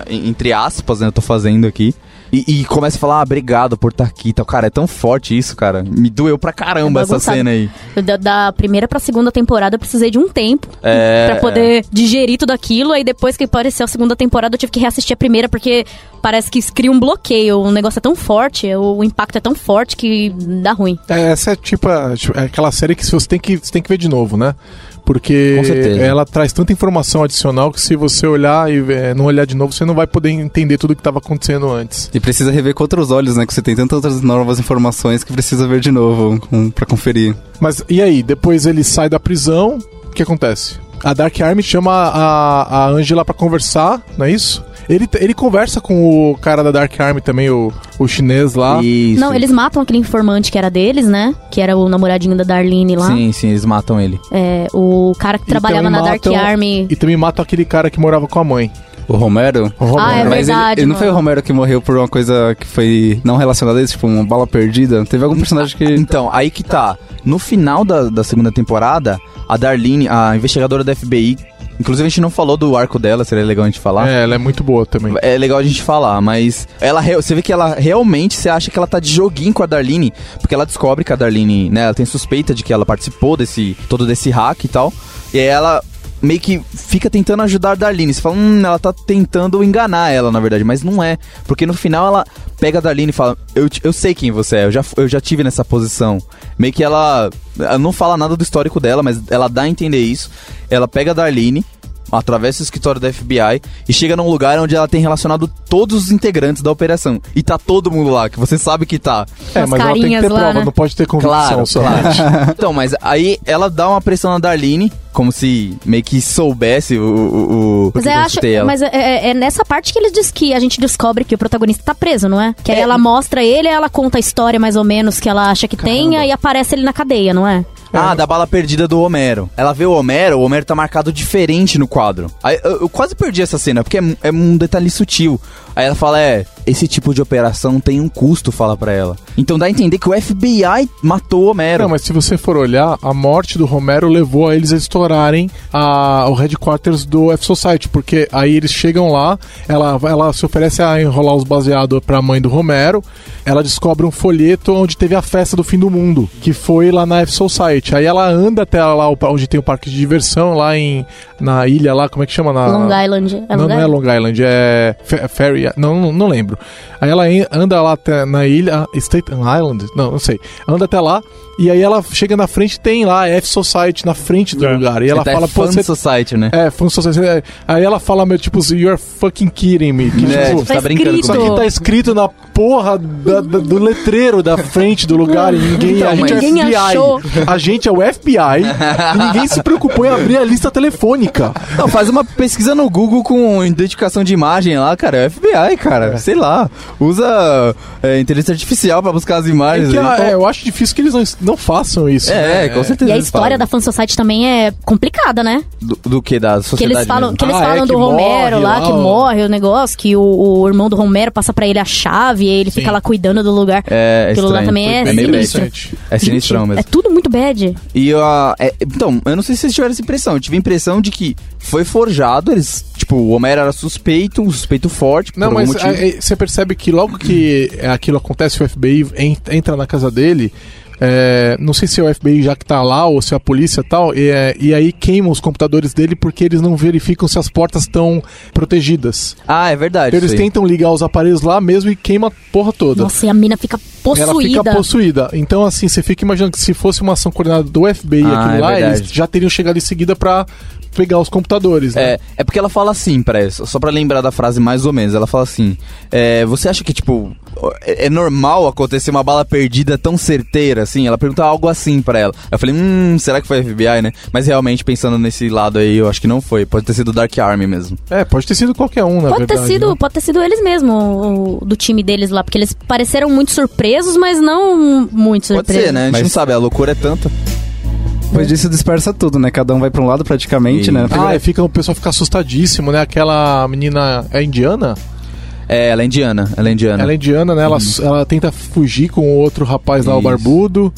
Speaker 1: En- Entre aspas, né? Eu tô fazendo aqui. E, e começa a falar, ah, obrigado por estar aqui. e tal. Cara, é tão forte isso, cara. Me doeu pra caramba
Speaker 4: É
Speaker 1: essa
Speaker 4: bagunçado.
Speaker 1: cena aí.
Speaker 4: Da, da primeira pra segunda temporada eu precisei de um tempo
Speaker 1: É,
Speaker 4: pra poder digerir tudo aquilo. Aí depois que apareceu a segunda temporada eu tive que reassistir a primeira porque parece que cria um bloqueio. O negócio é tão forte, o impacto é tão forte que dá ruim.
Speaker 5: É, Essa é tipo a- tipo, é aquela série que se você tem que, você tem que ver de novo, né? Porque
Speaker 1: Com certeza.
Speaker 5: ela traz tanta informação adicional que se você olhar e eh, não olhar de novo, você não vai poder entender tudo que estava acontecendo antes.
Speaker 2: E precisa rever com outros olhos, né? Que você tem tantas outras novas informações que precisa ver de novo com, pra conferir.
Speaker 5: Mas e aí, depois ele sai da prisão, o que acontece? A Dark Army chama a, a Angela pra conversar, não é isso? Ele, ele conversa com o cara da Dark Army também, o, o chinês lá.
Speaker 1: Isso.
Speaker 4: Não, eles matam aquele informante que era deles, né? Que era o namoradinho da Darlene lá.
Speaker 1: Sim, sim, eles matam ele.
Speaker 4: É, o cara que
Speaker 5: E também
Speaker 4: trabalhava na
Speaker 5: Então, matam-
Speaker 4: Dark Army.
Speaker 5: E também mata aquele cara que morava com a mãe.
Speaker 2: O Romero?
Speaker 5: O Romero.
Speaker 1: né?
Speaker 4: Ah, é
Speaker 2: Mas ele-
Speaker 4: verdade,
Speaker 2: ele, não foi o
Speaker 4: mano.
Speaker 2: Romero que morreu por uma coisa que foi não relacionada a isso, tipo uma bala perdida. Teve algum personagem que.
Speaker 1: Então, aí que tá. No final da, da segunda temporada, a Darlene, a investigadora da FBI, inclusive a gente não falou do arco dela, seria legal a gente falar.
Speaker 5: É, ela é muito boa também.
Speaker 1: É legal a gente falar, mas ela re- você vê que ela realmente você acha que ela tá de joguinho com a Darlene, porque ela descobre que a Darlene, né, ela tem suspeita de que ela participou desse todo desse hack e tal. E aí ela meio que fica tentando ajudar a Darlene. Você fala, hum, ela tá tentando enganar ela, na verdade, mas não é, porque no final ela pega a Darlene e fala: "Eu, te- eu sei quem você é, eu já fu- eu já tive nessa posição". Meio que ela, ela não fala nada do histórico dela, mas ela dá a entender isso. Ela pega a Darlene atravessa o escritório da FBI e chega num lugar onde ela tem relacionado todos os integrantes da operação. E tá todo mundo lá, que você sabe que tá.
Speaker 5: É,
Speaker 4: As
Speaker 5: mas ela tem que
Speaker 4: carinhas
Speaker 5: ter
Speaker 4: lá,
Speaker 5: prova,
Speaker 4: né?
Speaker 5: não pode ter convicção.
Speaker 1: Claro,
Speaker 5: só.
Speaker 1: claro. então, mas aí ela dá uma pressão na Darlene, como se meio que soubesse o. o, o- o
Speaker 4: Mas,
Speaker 1: que
Speaker 4: eu
Speaker 1: eu
Speaker 4: acho,
Speaker 1: citei ela.
Speaker 4: mas é, é- é nessa parte que eles diz que a gente descobre que o protagonista tá preso, não é? Que aí ela mostra ele, ela conta a história mais ou menos que ela acha que tem, aí aparece ele na cadeia, não é?
Speaker 1: Ah, da bala perdida do Homero. Ela vê o Homero, o Homero tá marcado diferente no quadro. Aí, eu, eu quase perdi essa cena, porque é, um- é um detalhe sutil. Aí ela fala, é, esse tipo de operação tem um custo, fala pra ela. Então dá a entender que o FBI matou o Homero.
Speaker 5: Não, mas se você for olhar, a morte do Romero levou a eles a estourarem a, o headquarters do F-Society, porque aí eles chegam lá, ela, ela se oferece a enrolar os baseados pra mãe do Romero, ela descobre um folheto onde teve a festa do fim do mundo, que foi lá na F-Society. Aí ela anda até lá o pa- onde tem o parque de diversão, lá em na ilha lá, como é que chama? Na,
Speaker 4: Long Island. É
Speaker 5: não,
Speaker 4: Long
Speaker 5: não é
Speaker 4: Island?
Speaker 5: Long Island, é Fe- Ferry, não, não, não lembro. Aí ela en- anda lá até na ilha, ah, Staten Island, não, não sei. Anda até lá e aí ela chega na frente, tem lá a F Society na frente do
Speaker 3: É.
Speaker 5: lugar. E ela
Speaker 1: Até
Speaker 5: fala, pô,
Speaker 1: Fan
Speaker 5: você
Speaker 1: Society, né?
Speaker 5: é, Fan Society. é. Aí ela fala meio tipo, you're fucking kidding me. Que,
Speaker 1: É,
Speaker 5: tipo,
Speaker 1: tipo, tá
Speaker 4: Tá
Speaker 1: brincando
Speaker 5: isso
Speaker 4: escrito.
Speaker 1: comigo.
Speaker 5: aqui tá escrito na porra da- da- do letreiro da frente do lugar e ninguém,
Speaker 1: Então,
Speaker 5: a gente é
Speaker 4: mas- Ninguém
Speaker 5: FBI.
Speaker 4: achou.
Speaker 5: A gente é o FBI e ninguém se preocupou em abrir a lista telefônica.
Speaker 1: Não, faz uma pesquisa no Google com identificação de imagem lá, cara. É o FBI, cara. Sei lá. Usa é, inteligência artificial pra buscar as
Speaker 5: É
Speaker 1: imagens.
Speaker 5: que,
Speaker 1: aí.
Speaker 5: ah, é, eu acho difícil que eles não, não façam isso.
Speaker 1: É,
Speaker 5: né?
Speaker 1: é, com certeza.
Speaker 4: E a
Speaker 1: eles
Speaker 4: história da
Speaker 1: falam.
Speaker 4: Fan Society também é complicada, né?
Speaker 1: Do, do que? Da
Speaker 4: Que
Speaker 1: sociedade
Speaker 4: eles falam,
Speaker 1: mesmo.
Speaker 4: que eles
Speaker 5: Ah, é,
Speaker 4: falam
Speaker 5: que
Speaker 4: do Romero
Speaker 5: morre
Speaker 4: lá,
Speaker 5: lá,
Speaker 4: que
Speaker 5: ó.
Speaker 4: morre o negócio, que o, o irmão do Romero passa pra ele a chave e ele fica lá cuidando do lugar.
Speaker 1: É, é
Speaker 4: Aquilo lá
Speaker 1: estranho.
Speaker 4: também é,
Speaker 1: É meio
Speaker 4: sinistro.
Speaker 5: interessante.
Speaker 1: É sinistrão
Speaker 4: Gente,
Speaker 1: mesmo.
Speaker 4: É tudo muito bad.
Speaker 1: E a. é- então, eu não sei se vocês tiveram essa impressão. Eu tive a impressão de que foi forjado. Eles. Tipo, o Homero era suspeito, um suspeito forte.
Speaker 5: Não,
Speaker 1: por algum
Speaker 5: mas é,
Speaker 1: motivo.
Speaker 5: aí, você percebe que logo que aquilo acontece, o FBI en- entra na casa dele. é, não sei se é o FBI já que tá lá ou se é a polícia e tal, e, é, e aí queimam os computadores dele porque eles não verificam se as portas estão protegidas. Então,
Speaker 1: Ah, é verdade.
Speaker 5: Eles
Speaker 1: isso aí.
Speaker 5: tentam ligar os aparelhos lá mesmo e queima a porra toda.
Speaker 4: Nossa, e a mina fica possuída.
Speaker 5: Ela fica possuída. Então, assim, você fica imaginando que se fosse uma ação coordenada do FBI
Speaker 1: Ah,
Speaker 5: aquilo
Speaker 1: é
Speaker 5: lá,
Speaker 1: verdade.
Speaker 5: eles já teriam chegado em seguida pra pegar os computadores, né?
Speaker 1: É, é porque ela fala assim, pra, só pra lembrar da frase mais ou menos, ela fala assim: é, Você acha que, tipo, é, é normal acontecer uma bala perdida tão certeira assim? Ela pergunta algo assim pra ela. Eu falei, hum, será que foi FBI, né? Mas realmente, pensando nesse lado aí, eu acho que não foi. Pode ter sido Dark Army mesmo.
Speaker 5: É, pode ter sido qualquer um, na
Speaker 4: Pode
Speaker 5: verdade.
Speaker 4: ter, sido,
Speaker 5: né?
Speaker 4: pode ter sido eles mesmo, o- do time deles lá, porque eles pareceram muito surpresos, mas não muito surpresos.
Speaker 1: Pode ser, né? A gente
Speaker 2: Mas-
Speaker 1: não sabe, a loucura é tanta.
Speaker 2: Depois disso dispersa tudo, né? Cada um vai pra um lado praticamente,
Speaker 1: E-
Speaker 2: né?
Speaker 5: Ah, e fica, o pessoal fica assustadíssimo, né? Aquela menina é indiana?
Speaker 1: É, ela é indiana, ela é indiana.
Speaker 5: Ela
Speaker 1: Ela,
Speaker 5: é indiana, né? Ela, ela tenta fugir com o outro rapaz lá, o
Speaker 1: Isso.
Speaker 5: barbudo.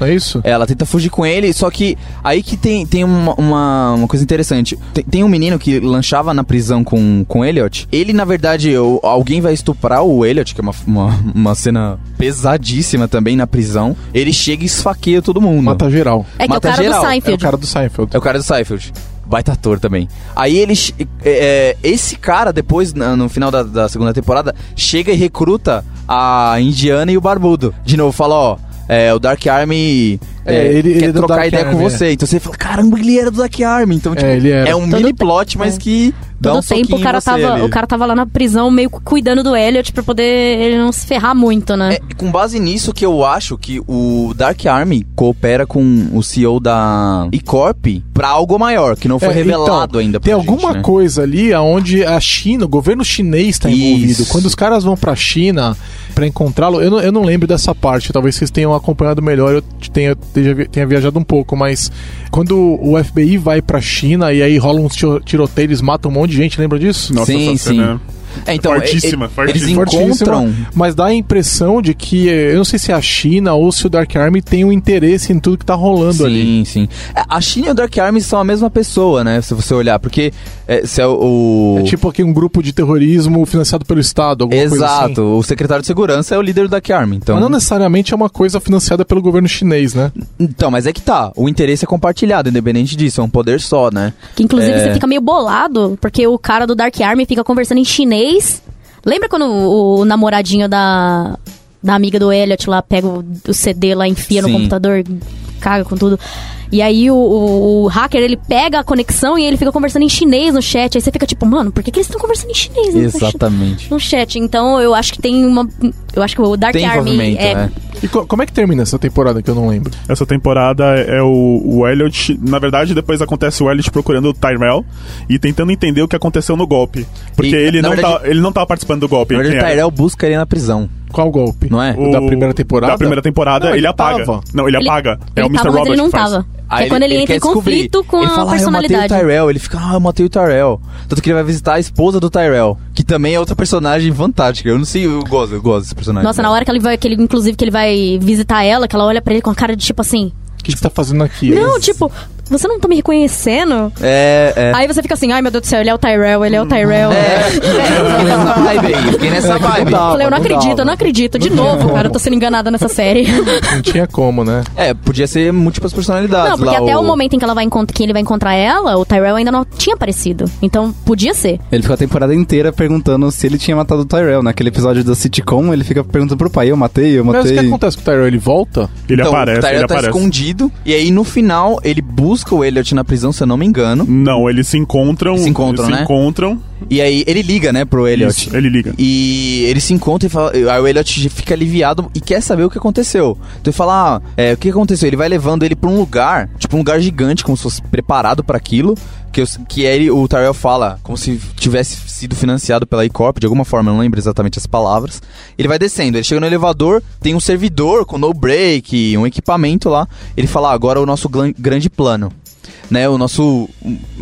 Speaker 5: Não é isso?
Speaker 1: tenta fugir com ele, só que aí que tem, tem uma, uma, uma coisa interessante. Tem, tem um menino que lanchava na prisão com, com o Elliot. Ele, na verdade, o- alguém vai estuprar o Elliot, que é uma, uma, uma cena pesadíssima também na prisão. Ele chega e esfaqueia todo mundo.
Speaker 5: Mata geral.
Speaker 4: É que é o
Speaker 1: Mata
Speaker 4: cara
Speaker 1: geral, é o
Speaker 4: do
Speaker 5: É o
Speaker 4: Seinfeld.
Speaker 5: cara do Seinfeld.
Speaker 1: É o cara do Seinfeld. Baita ator também. Aí eles. é, é, esse cara, depois, na- no final da, da segunda temporada, chega e recruta a Indiana e o Barbudo. De novo, fala, ó. é, o Dark Army
Speaker 5: É,
Speaker 1: é,
Speaker 5: ele-
Speaker 1: quer
Speaker 5: ele é do
Speaker 1: trocar
Speaker 5: Dark
Speaker 1: ideia
Speaker 5: Army,
Speaker 1: com você. Então você fala, caramba, ele era do Dark Army. Então, tipo,
Speaker 5: ele era.
Speaker 1: é um
Speaker 4: Todo
Speaker 1: mini
Speaker 4: te-
Speaker 1: plot, mas
Speaker 4: é.
Speaker 1: que dá
Speaker 4: Todo
Speaker 1: um
Speaker 4: tempo
Speaker 1: soquinho
Speaker 4: o
Speaker 1: em
Speaker 4: cara,
Speaker 1: você ali.
Speaker 4: tava, o cara tava lá na prisão meio que cuidando do Elliot pra poder ele não se ferrar muito, né?
Speaker 1: É, com base nisso que eu acho que o Dark Army coopera com o CEO da E-Corp pra algo maior, que não foi
Speaker 5: É,
Speaker 1: revelado
Speaker 5: então,
Speaker 1: ainda pra
Speaker 5: Tem
Speaker 1: gente,
Speaker 5: alguma
Speaker 1: né?
Speaker 5: coisa ali aonde a China, o governo chinês está envolvido.
Speaker 1: Isso.
Speaker 5: Quando os caras vão pra China pra encontrá-lo, eu não, eu não lembro dessa parte. Talvez vocês tenham acompanhado melhor, eu tenha, tenha, vi- tenha viajado um pouco, mas quando o FBI vai pra China e aí rolam uns tiro- tiroteios, eles matam um monte de gente, lembra disso?
Speaker 3: Nossa,
Speaker 1: Sim,
Speaker 3: essa
Speaker 1: sim.
Speaker 3: cena-
Speaker 1: É, então,
Speaker 3: Fortíssima,
Speaker 1: é, é,
Speaker 3: fortíssima.
Speaker 1: eles encontram.
Speaker 5: mas dá a impressão de que eh, eu não sei se é a China ou se o Dark Army tem um interesse em tudo que tá rolando
Speaker 1: Sim,
Speaker 5: ali.
Speaker 1: sim. É, A China e o Dark Army são a mesma pessoa, né? Se você olhar, porque é, se é o. o-
Speaker 5: É tipo aqui um grupo de terrorismo financiado pelo Estado, alguma coisa assim.
Speaker 1: Exato, o secretário de segurança é o líder do Dark Army. Então,
Speaker 5: Mas não necessariamente é uma coisa financiada pelo governo chinês, né?
Speaker 1: então, mas é que tá. O interesse é compartilhado, independente disso, é um poder só, né?
Speaker 4: Que inclusive
Speaker 1: É.
Speaker 4: você fica meio bolado, porque o cara do Dark Army fica conversando em chinês. Lembra quando o, o namoradinho da, da amiga do Elliot lá pega o, o CD lá, enfia
Speaker 1: Sim.
Speaker 4: no computador, caga com tudo? E aí o, o- o hacker, ele pega a conexão e ele fica conversando em chinês no chat. Aí você fica tipo, mano, por que, que eles estão conversando em chinês? né?
Speaker 1: Exatamente.
Speaker 4: No chat. Então eu acho que tem uma... Eu acho que o Dark
Speaker 1: Tem
Speaker 4: Army
Speaker 1: envolvimento,
Speaker 4: é,
Speaker 1: né?
Speaker 5: E co- como é que termina essa temporada que eu não lembro?
Speaker 3: Essa temporada é o, o Elliot. Na verdade, depois acontece o Elliot procurando o Tyrell e tentando entender o que aconteceu no golpe. Porque
Speaker 1: E,
Speaker 3: ele,
Speaker 1: na
Speaker 3: não
Speaker 1: verdade-
Speaker 3: tá, ele não tava participando do golpe.
Speaker 1: Na verdade,
Speaker 3: quem é?
Speaker 1: o
Speaker 3: era?
Speaker 1: Tyrell busca ele na prisão,
Speaker 5: Qual golpe?
Speaker 1: não é?
Speaker 5: O da primeira temporada?
Speaker 3: Da primeira temporada,
Speaker 5: Não,
Speaker 3: ele,
Speaker 5: ele
Speaker 3: apaga.
Speaker 5: tava.
Speaker 3: Não, ele,
Speaker 4: Ele-
Speaker 3: apaga. é
Speaker 4: ele
Speaker 3: o Mr.
Speaker 4: tava, mas
Speaker 3: Robert
Speaker 4: ele não
Speaker 3: que faz.
Speaker 4: tava.
Speaker 1: Aí
Speaker 4: que é quando ele, entra
Speaker 1: quer
Speaker 4: em
Speaker 1: descobrir.
Speaker 4: conflito com
Speaker 1: ele
Speaker 4: a
Speaker 1: fala, ah, Eu
Speaker 4: personalidade.
Speaker 1: matei o Tyrell. Ele fica, ah, eu matei o Tyrell. Tanto que ele vai visitar a esposa do Tyrell, que também é outra personagem fantástica. Eu não sei, eu gosto, eu gosto desse personagem.
Speaker 4: Nossa, na hora que ele vai, que ele, inclusive, que ele vai visitar ela, que ela olha pra ele com a cara de tipo assim.
Speaker 5: O que, que você tá fazendo aqui?
Speaker 4: Não, tipo, você não tá me reconhecendo?
Speaker 1: É, é.
Speaker 4: Aí você fica assim, ai meu Deus do céu, ele é o Tyrell, ele é o Tyrell.
Speaker 1: É, eu fiquei nessa vibe aí, eu fiquei nessa vibe.
Speaker 4: Eu falei, eu não acredito, eu não acredito. De novo, cara, eu tô sendo enganada nessa série.
Speaker 5: Não tinha como, né?
Speaker 1: É, podia ser múltiplas personalidades
Speaker 4: Não, porque
Speaker 1: lá,
Speaker 4: até o momento em que, ela vai encont- que ele vai encontrar ela, o Tyrell ainda não tinha aparecido. Então, podia ser.
Speaker 2: Ele ficou a temporada inteira perguntando se ele tinha matado o Tyrell. Naquele episódio da sitcom, ele fica perguntando pro pai, eu matei, eu
Speaker 5: Mas o que
Speaker 2: matei.
Speaker 5: acontece com o Tyrell? Ele volta?
Speaker 3: Ele
Speaker 1: então, o
Speaker 3: aparece,
Speaker 1: Tyrell
Speaker 3: ele
Speaker 1: tá
Speaker 3: aparece.
Speaker 1: escondido, e aí no final ele busca o Elliot na prisão, se eu não me engano.
Speaker 3: Não, eles se encontram.
Speaker 1: Se encontram,
Speaker 3: eles
Speaker 1: né?
Speaker 3: se encontram.
Speaker 1: E aí ele liga, né, pro Elliot.
Speaker 3: Isso, ele liga.
Speaker 1: E ele se encontra e fala. Aí o Elliot fica aliviado e quer saber o que aconteceu. Então ele fala: ah, é, o que aconteceu? Ele vai levando ele pra um lugar, tipo um lugar gigante, como se fosse preparado pra aquilo. Que, eu- que é ele, o Tyrell fala, como se tivesse sido financiado pela E-Corp, de alguma forma, eu não lembro exatamente as palavras. Ele vai descendo, ele chega no elevador, tem um servidor com no break, um equipamento lá. Ele fala: ah, agora é o nosso glan- grande plano. Né, o nosso.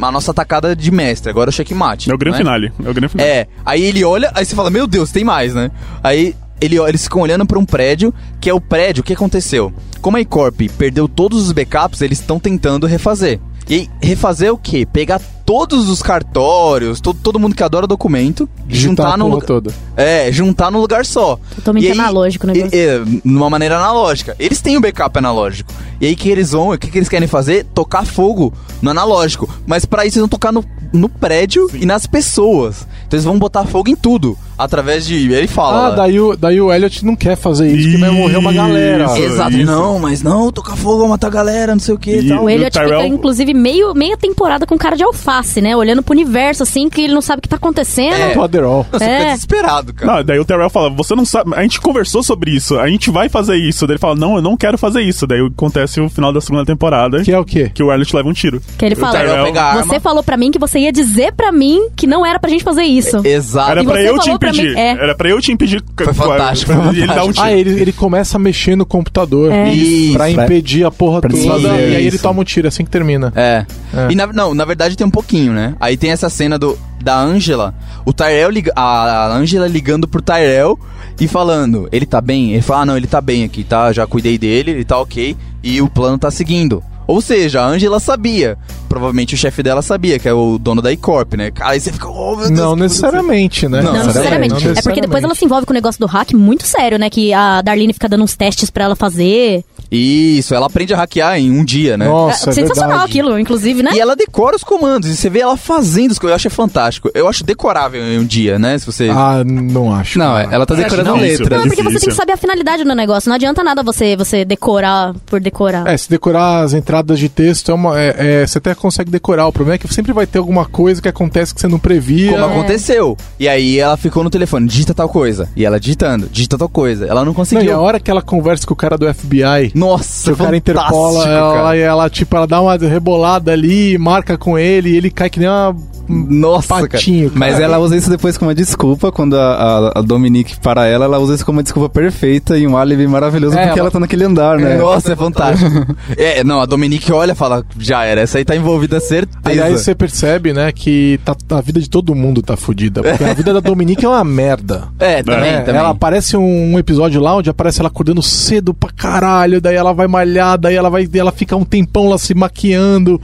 Speaker 1: A nossa atacada de mestre, agora é o checkmate.
Speaker 3: É o grande
Speaker 1: né?
Speaker 3: finale. É o grande finale.
Speaker 1: É, aí ele olha, aí você fala, meu Deus, tem mais, né? Aí ele, ó- eles ficam olhando pra um prédio, que é o prédio, o que aconteceu? Como a Corp perdeu todos os backups, eles estão tentando refazer. E aí, refazer o quê? Pegar todos os cartórios, todo, todo mundo que adora documento,
Speaker 5: Digitar um
Speaker 1: juntar
Speaker 5: a
Speaker 1: num
Speaker 5: porra
Speaker 1: lu-
Speaker 5: toda.
Speaker 1: É, juntar num lugar só.
Speaker 4: Totalmente
Speaker 1: E aí-
Speaker 4: analógico o
Speaker 1: e-
Speaker 4: negócio.
Speaker 1: é, numa maneira analógica. Eles têm o backup analógico. E aí que eles vão, o que, que eles querem fazer? Tocar fogo no analógico. Mas pra isso eles vão tocar no, no prédio e nas pessoas. Então eles vão botar fogo em tudo. Através de. Ele fala.
Speaker 5: Ah, daí o, daí o Elliot não quer fazer isso, porque vai morrer uma galera.
Speaker 3: Isso.
Speaker 1: Exato. Não, mas não, tocar fogo, vai matar a galera, não sei o que e
Speaker 3: E-
Speaker 1: tal.
Speaker 4: O
Speaker 3: E o
Speaker 4: Elliot
Speaker 3: Tyrell-
Speaker 4: é, tipo, fica, inclusive, meio, meia temporada com cara de alface, né? Olhando pro universo, assim, que ele não sabe o que tá acontecendo.
Speaker 1: É.
Speaker 5: O Adderall.
Speaker 1: Você
Speaker 4: É.
Speaker 1: fica desesperado, cara.
Speaker 3: Não, daí o Terrell fala, você não sabe, a gente conversou sobre isso, a gente vai fazer isso. Daí ele fala, não, eu não quero fazer isso. Daí acontece o final da segunda temporada,
Speaker 5: Que
Speaker 3: que,
Speaker 5: é o quê?
Speaker 3: o Elliot leva um tiro.
Speaker 4: Que ele
Speaker 1: O
Speaker 4: fala.
Speaker 1: Tyrell pega a
Speaker 4: Você
Speaker 1: arma.
Speaker 4: falou pra mim que você ia dizer pra mim que não era pra gente fazer isso.
Speaker 1: Exato.
Speaker 3: Era
Speaker 4: E
Speaker 3: pra
Speaker 4: você
Speaker 3: eu te
Speaker 4: falou pra
Speaker 3: impedir.
Speaker 4: mim, é.
Speaker 3: Era pra eu te impedir.
Speaker 1: Foi fantástico,
Speaker 3: E
Speaker 1: foi
Speaker 3: ele dá um tiro.
Speaker 5: Ah, ele, ele começa a mexer no computador
Speaker 4: É.
Speaker 1: Isso.
Speaker 5: pra impedir a porra
Speaker 2: Pra
Speaker 5: toda.
Speaker 2: desfazer
Speaker 5: E aí ele
Speaker 2: isso.
Speaker 5: toma um tiro assim que termina.
Speaker 1: É.
Speaker 5: É.
Speaker 1: E na, não, na verdade tem um pouquinho, né? Aí tem essa cena do da Angela, o Tyrell liga, a a Angela ligando pro Tyrell e falando, ele tá bem? Ele fala, ah, não, ele tá bem aqui, tá? Já cuidei dele, ele tá ok e o plano tá seguindo. Ou seja, a Angela sabia. Provavelmente o chefe dela sabia, que é o dono da Icorp, né? Aí você fica, oh meu Deus.
Speaker 5: Não é necessariamente, né?
Speaker 1: Não,
Speaker 4: Não,
Speaker 1: sinceramente.
Speaker 4: necessariamente. É porque depois ela se envolve com o negócio do hack muito sério, né? Que a Darlene fica dando uns testes pra ela fazer.
Speaker 1: Isso, ela aprende a hackear em um dia, né?
Speaker 5: Nossa,
Speaker 4: É
Speaker 5: é
Speaker 4: sensacional
Speaker 5: verdade.
Speaker 4: aquilo, inclusive, né?
Speaker 1: E ela decora os comandos, e você vê ela fazendo os comandos, eu acho fantástico. Eu acho decorável em um dia, né? Se você.
Speaker 5: Ah, não acho.
Speaker 2: Não, é, ela tá
Speaker 1: Você
Speaker 2: decorando
Speaker 1: acha
Speaker 3: difícil?
Speaker 2: letra.
Speaker 4: Não, é porque você tem
Speaker 3: difícil.
Speaker 4: que saber a finalidade do negócio. Não adianta nada você, você decorar por decorar.
Speaker 1: né?
Speaker 5: É, se decorar as entradas de texto, é uma, é- é, você até consegue decorar. O problema é que sempre vai ter alguma coisa que acontece que você não previa.
Speaker 1: Como aconteceu. E aí ela ficou no telefone, digita tal coisa. E ela digitando, digita tal coisa. Ela não
Speaker 5: Não, e a
Speaker 1: conseguiu.
Speaker 5: hora que ela conversa com o cara do FBI,
Speaker 1: Nossa,
Speaker 5: o cara
Speaker 1: fantástico,
Speaker 5: interpola ela
Speaker 1: cara.
Speaker 5: e ela, tipo, ela dá uma rebolada ali, marca com ele, e ele cai que nem uma.
Speaker 1: Nossa,
Speaker 5: Patinho, cara.
Speaker 2: Mas ela usa isso depois como uma desculpa. Quando a, a- a Dominique para ela, ela usa isso como uma desculpa perfeita e um álibi maravilhoso
Speaker 5: É,
Speaker 2: porque
Speaker 5: ela-
Speaker 2: ela tá naquele andar, né?
Speaker 1: cara. Nossa, é fantástico. é, não, a Dominique olha e fala, já era, essa aí tá envolvida certeza.
Speaker 5: Aliás, você percebe, né, que tá- a vida de todo mundo tá fudida. Porque a vida da Dominique é uma merda.
Speaker 1: É, também,
Speaker 5: É,
Speaker 1: também.
Speaker 5: Ela aparece um, um episódio lá onde aparece ela acordando cedo pra caralho, daí ela vai malhar, daí ela vai, ela fica um tempão lá se maquiando.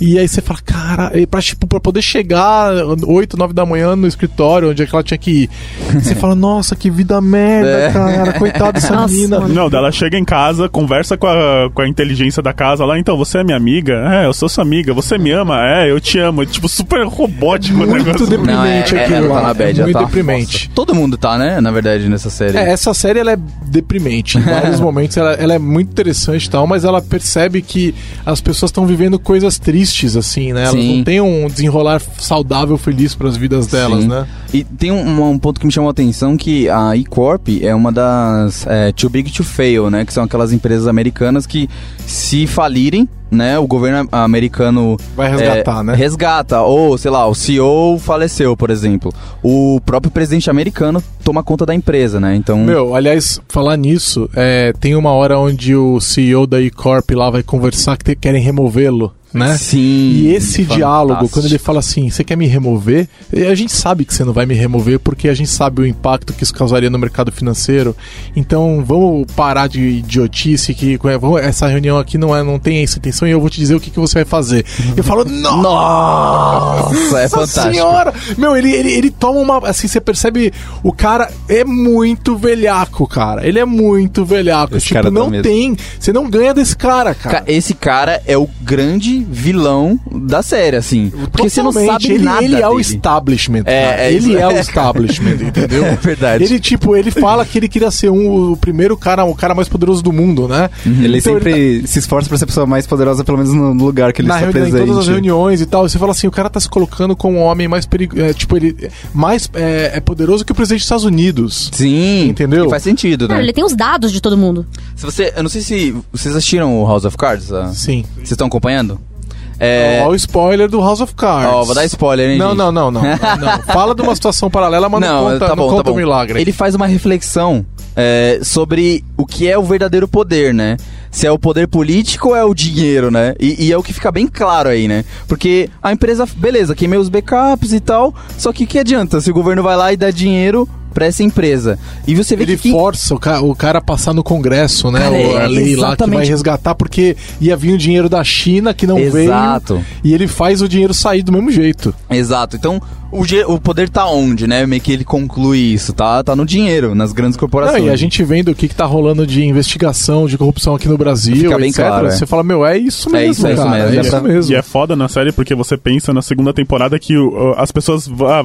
Speaker 5: E aí você fala, cara, e pra, tipo, pra poder chegar 8, 9 da manhã no escritório, onde é que ela tinha que ir. Você fala, nossa, que vida merda,
Speaker 1: É.
Speaker 5: cara, coitada dessa
Speaker 4: Nossa,
Speaker 5: menina.
Speaker 4: mano.
Speaker 3: Não, daí ela chega em casa, conversa com a, com a inteligência da casa lá, então, você é minha amiga? É, eu sou sua amiga. Você me ama? É, eu te amo. Tipo, super robótico o
Speaker 5: Muito
Speaker 3: negócio.
Speaker 5: deprimente
Speaker 1: Não, é- é,
Speaker 5: aquilo
Speaker 1: ela
Speaker 5: lá.
Speaker 1: tá na bad,
Speaker 5: é
Speaker 1: ela
Speaker 5: muito
Speaker 1: tá-
Speaker 5: deprimente.
Speaker 1: Nossa, todo mundo tá, né, na verdade, nessa série.
Speaker 5: É, essa série ela é deprimente. Em vários momentos ela, ela é muito interessante e tal, mas ela percebe que as pessoas estão vivendo coisas tristes, assim, né? Elas
Speaker 1: Sim.
Speaker 5: não têm um desenrolar saudável, feliz pras vidas delas,
Speaker 1: Sim.
Speaker 5: né?
Speaker 1: E tem um, um ponto que me chamou a atenção que a E-Corp é uma das é, too big to fail, né? Que são aquelas empresas americanas que se falirem, né? O governo americano
Speaker 5: Vai resgatar,
Speaker 1: é,
Speaker 5: né?
Speaker 1: Resgata, ou sei lá, o CEO faleceu, por exemplo. O próprio presidente americano toma conta da empresa, né? Então,
Speaker 5: Meu, aliás, falar nisso, é, tem uma hora onde o CEO da E-Corp lá vai conversar que te- querem removê-lo, né?
Speaker 1: sim.
Speaker 5: E esse
Speaker 1: fantástico.
Speaker 5: diálogo, quando ele fala assim, você quer me remover? E A gente sabe que você não vai me remover porque a gente sabe o impacto que isso causaria no mercado financeiro. Então vamos parar de idiotice que é, vamos- essa reunião aqui não, é, não tem essa intenção e eu vou te dizer o que, que você vai fazer. Eu falo, nossa!
Speaker 1: Nossa, é fantástico.
Speaker 5: senhora! Meu, ele, ele, ele toma uma. Assim, você percebe. O cara é muito velhaco, cara. Ele é muito velhaco.
Speaker 2: Esse
Speaker 5: tipo,
Speaker 2: cara dá
Speaker 5: não
Speaker 2: medo.
Speaker 5: tem. Você não ganha desse cara, cara.
Speaker 1: Ca- Esse cara é o grande vilão da série, assim. Porque você não
Speaker 5: Totalmente,
Speaker 1: sabe
Speaker 5: ele,
Speaker 1: nada
Speaker 5: ele é o
Speaker 1: dele.
Speaker 5: establishment.
Speaker 1: É,
Speaker 5: cara.
Speaker 1: é
Speaker 5: ele
Speaker 1: isso.
Speaker 5: é o establishment, entendeu?
Speaker 1: É verdade.
Speaker 5: Ele, tipo, ele fala que ele queria ser um, o primeiro cara, o cara mais poderoso do mundo, né?
Speaker 2: Uhum. Ele
Speaker 5: Então
Speaker 2: sempre se esforça pra ser a pessoa mais poderosa, pelo menos no lugar que ele
Speaker 5: na
Speaker 2: está
Speaker 5: reunião, em
Speaker 2: presente.
Speaker 5: todas as reuniões e tal, você fala assim, o cara tá se colocando como um homem mais perigoso, tipo, ele é mais é, é poderoso que o presidente dos Estados Unidos.
Speaker 1: Sim,
Speaker 5: Entendeu?
Speaker 1: E faz sentido, né?
Speaker 4: Cara, ele tem os dados de todo mundo.
Speaker 1: Se você, eu não sei se vocês assistiram o House of Cards. ah?
Speaker 5: Sim.
Speaker 1: Vocês estão acompanhando? É,
Speaker 5: Ó, o spoiler do House of Cards.
Speaker 1: Ó, vou dar spoiler, hein,
Speaker 5: Não,
Speaker 1: gente? tá
Speaker 5: não, não, não, não, não. Fala de uma situação paralela, mas não, conta, não conta o milagre.
Speaker 1: Ele faz uma reflexão é, sobre o que é o verdadeiro poder, né? Se é o poder político ou é o dinheiro, né? E, e é o que fica bem claro aí, né? Porque a empresa, beleza, queimei os backups e tal, só que que adianta se o governo vai lá e dá dinheiro pra essa empresa. E você vê
Speaker 5: Ele
Speaker 1: que. quem-
Speaker 5: força o cara, o cara a passar no Congresso, né?
Speaker 1: Cara,
Speaker 5: o- a
Speaker 1: é,
Speaker 5: lei lá que vai
Speaker 1: exatamente.
Speaker 5: resgatar, porque ia vir o dinheiro da China que não
Speaker 1: Exato.
Speaker 5: veio. E ele faz o dinheiro sair do mesmo jeito.
Speaker 1: Exato. Então, o, dinhe- o poder tá onde, né? Meio que ele conclui isso. Tá, tá no dinheiro, nas grandes
Speaker 5: Não,
Speaker 1: corporações.
Speaker 5: e a gente vendo o que, que tá rolando de investigação, de corrupção aqui no Brasil,
Speaker 1: Fica bem
Speaker 5: etc.
Speaker 1: claro, é.
Speaker 5: Você fala, meu, é isso
Speaker 1: É
Speaker 5: mesmo,
Speaker 1: isso, é isso
Speaker 5: cara,
Speaker 1: mesmo.
Speaker 5: É
Speaker 1: Dá
Speaker 5: isso
Speaker 1: pra-
Speaker 5: mesmo.
Speaker 3: E é foda na série porque você pensa na segunda temporada que o- o- as pessoas. v- ah,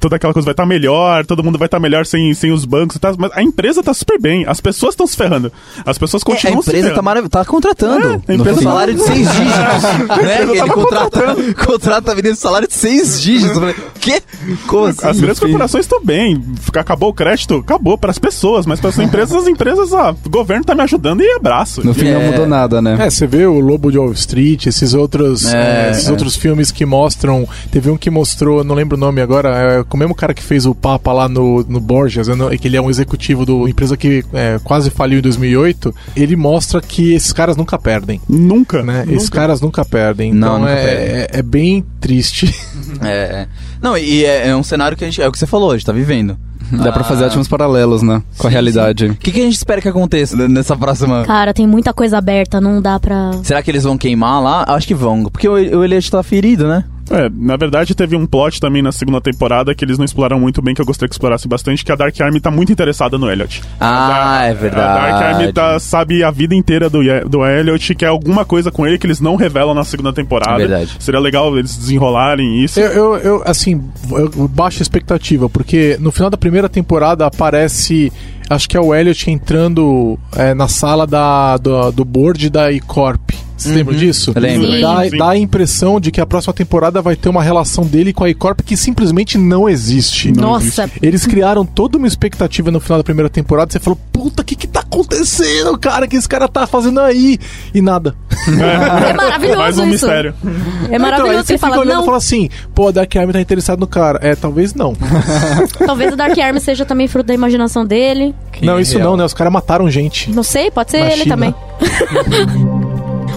Speaker 3: toda aquela coisa vai estar melhor, todo mundo vai estar melhor sem, sem os bancos e tal. Mas a empresa tá super bem, as pessoas estão se ferrando. As pessoas
Speaker 1: É, a
Speaker 3: continuam se ferrando.
Speaker 1: empresa tá, marav- tá contratando.
Speaker 3: É, a tá
Speaker 1: no
Speaker 3: empresa tá-
Speaker 1: salário de seis dígitos. né? Ele contrata, contrata a menina no salário de seis dígitos. Eu falei, quê? Como assim?
Speaker 3: As grandes corporações estão bem. Fica- Acabou o crédito? Acabou para as pessoas, mas para as empresas, as empresas, ah, o governo tá me ajudando e abraço.
Speaker 2: No fim
Speaker 1: É.
Speaker 2: não mudou nada, né?
Speaker 5: É, você vê o Lobo de Wall Street, esses outros,
Speaker 1: É,
Speaker 5: eh, esses
Speaker 1: é.
Speaker 5: outros filmes que mostram. Teve um que mostrou, não lembro o nome agora, é, com o mesmo cara que fez o Papa lá no, no Borges, eu não- que ele é um executivo do empresa que eh, quase faliu em 2008. Ele mostra que esses caras nunca perdem,
Speaker 3: Nunca.
Speaker 5: né?
Speaker 3: Nunca.
Speaker 5: Esses caras nunca perdem.
Speaker 1: Não,
Speaker 5: Então
Speaker 1: nunca
Speaker 5: é,
Speaker 1: perdem.
Speaker 5: é- é bem triste.
Speaker 1: É, é. Não, e é, é um cenário que a gente. É o que você falou, a gente tá vivendo.
Speaker 2: Dá pra fazer
Speaker 1: Ah,
Speaker 2: ótimos paralelos, né? Com a realidade.
Speaker 1: O que, que a gente espera que aconteça n- nessa próxima.
Speaker 4: Cara, tem muita coisa aberta, não dá pra.
Speaker 1: Será que eles vão queimar lá? Acho que vão, porque o, o Elias tá ferido, né?
Speaker 3: É, na verdade, teve um plot também na segunda temporada que eles não exploraram muito bem, que eu gostaria que explorasse bastante, que a Dark Army tá muito interessada no Elliot.
Speaker 1: Ah,
Speaker 3: A
Speaker 1: é verdade.
Speaker 3: A Dark Army tá- sabe a vida inteira do, Ye- do Elliot, que é alguma coisa com ele que eles não revelam na segunda temporada.
Speaker 1: É verdade.
Speaker 3: Seria legal eles desenrolarem isso.
Speaker 5: Eu, eu, eu, assim, eu baixa expectativa, porque no final da primeira temporada aparece. Acho que é o Elliot entrando eh, na sala da, do, do board da E-Corp. Você lembra disso?
Speaker 1: Eu lembro.
Speaker 4: Sim.
Speaker 5: Dá,
Speaker 3: Sim.
Speaker 5: dá a impressão de que a próxima temporada vai ter uma relação dele com a E-Corp que simplesmente não existe.
Speaker 4: Nossa,
Speaker 5: Eles criaram toda uma expectativa no final da primeira temporada. Você falou, puta, o que que tá acontecendo, cara? O que esse cara tá fazendo aí? E nada.
Speaker 4: é maravilhoso
Speaker 3: Mais um
Speaker 4: isso.
Speaker 3: mistério.
Speaker 4: É
Speaker 5: então,
Speaker 4: maravilhoso
Speaker 5: aí
Speaker 4: que
Speaker 5: você fica
Speaker 4: ele fala,
Speaker 5: olhando e
Speaker 4: não,
Speaker 5: fala assim, pô, a Dark Army tá interessado no cara. É, talvez não.
Speaker 4: talvez o Dark Arm seja também fruto da imaginação dele.
Speaker 1: é
Speaker 5: não, isso não, né? Os caras mataram gente.
Speaker 4: Não sei, pode ser
Speaker 5: Na
Speaker 4: ele
Speaker 5: China.
Speaker 4: também.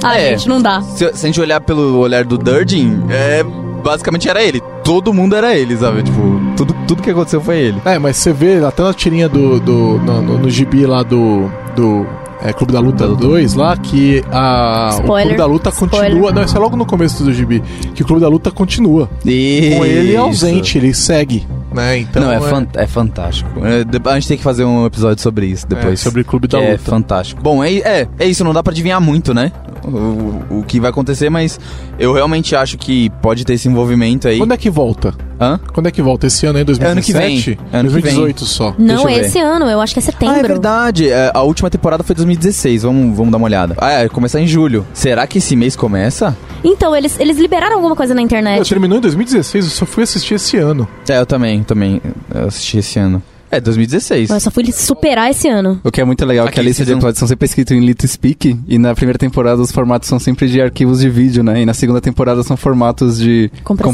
Speaker 4: ah,
Speaker 1: É.
Speaker 4: gente, não dá.
Speaker 1: Se, se a gente olhar pelo olhar do Durden, é. Basicamente era ele. Todo mundo era ele, sabe? Tipo, tudo, tudo que aconteceu foi ele.
Speaker 5: É, mas você vê até na tirinha do. do no, no- no gibi lá do. do é, Clube da Luta 2 lá, que a, o
Speaker 4: Spoiler.
Speaker 5: Clube da Luta
Speaker 4: Spoiler.
Speaker 5: continua. Não, isso é logo no começo do gibi. Que o Clube da Luta continua.
Speaker 1: E...
Speaker 5: Com ele é ausente, ele segue. Né? Então,
Speaker 1: Não, é, fan- é fantástico. É, de- a gente tem que fazer um episódio sobre isso depois.
Speaker 5: é, sobre o Clube
Speaker 1: que
Speaker 5: da
Speaker 1: é
Speaker 5: Luta.
Speaker 1: fantástico. Bom, é, é, é isso, não dá pra adivinhar muito, né? O, o que vai acontecer, mas eu realmente acho que pode ter esse envolvimento aí.
Speaker 5: Quando é que volta?
Speaker 1: Hã?
Speaker 5: Quando é que volta? Esse ano aí, 2017?
Speaker 1: Ano que vem. é Ano que vem.
Speaker 5: 2018 só.
Speaker 1: eu
Speaker 4: Não
Speaker 1: ver.
Speaker 4: esse ano, eu acho que é
Speaker 1: Ah, é
Speaker 4: setembro.
Speaker 1: verdade. É, a última temporada foi 2016. Vamos, vamos dar uma olhada. Ah, é, começar em julho. Será que esse mês começa?
Speaker 4: então, eles, eles liberaram alguma coisa na
Speaker 5: Eu
Speaker 4: internet.
Speaker 5: terminou em 2016, eu só fui assistir esse ano.
Speaker 1: É, eu também, também. Eu assisti esse ano. É, 2016.
Speaker 4: Eu só fui superar esse ano.
Speaker 2: O que é muito legal é que a
Speaker 1: Aqui,
Speaker 2: lista de
Speaker 1: vocês
Speaker 2: episódios são sempre escrita em LitSpeak e na primeira temporada os formatos são sempre de arquivos de vídeo, né? E na segunda temporada são formatos de
Speaker 4: Compressão.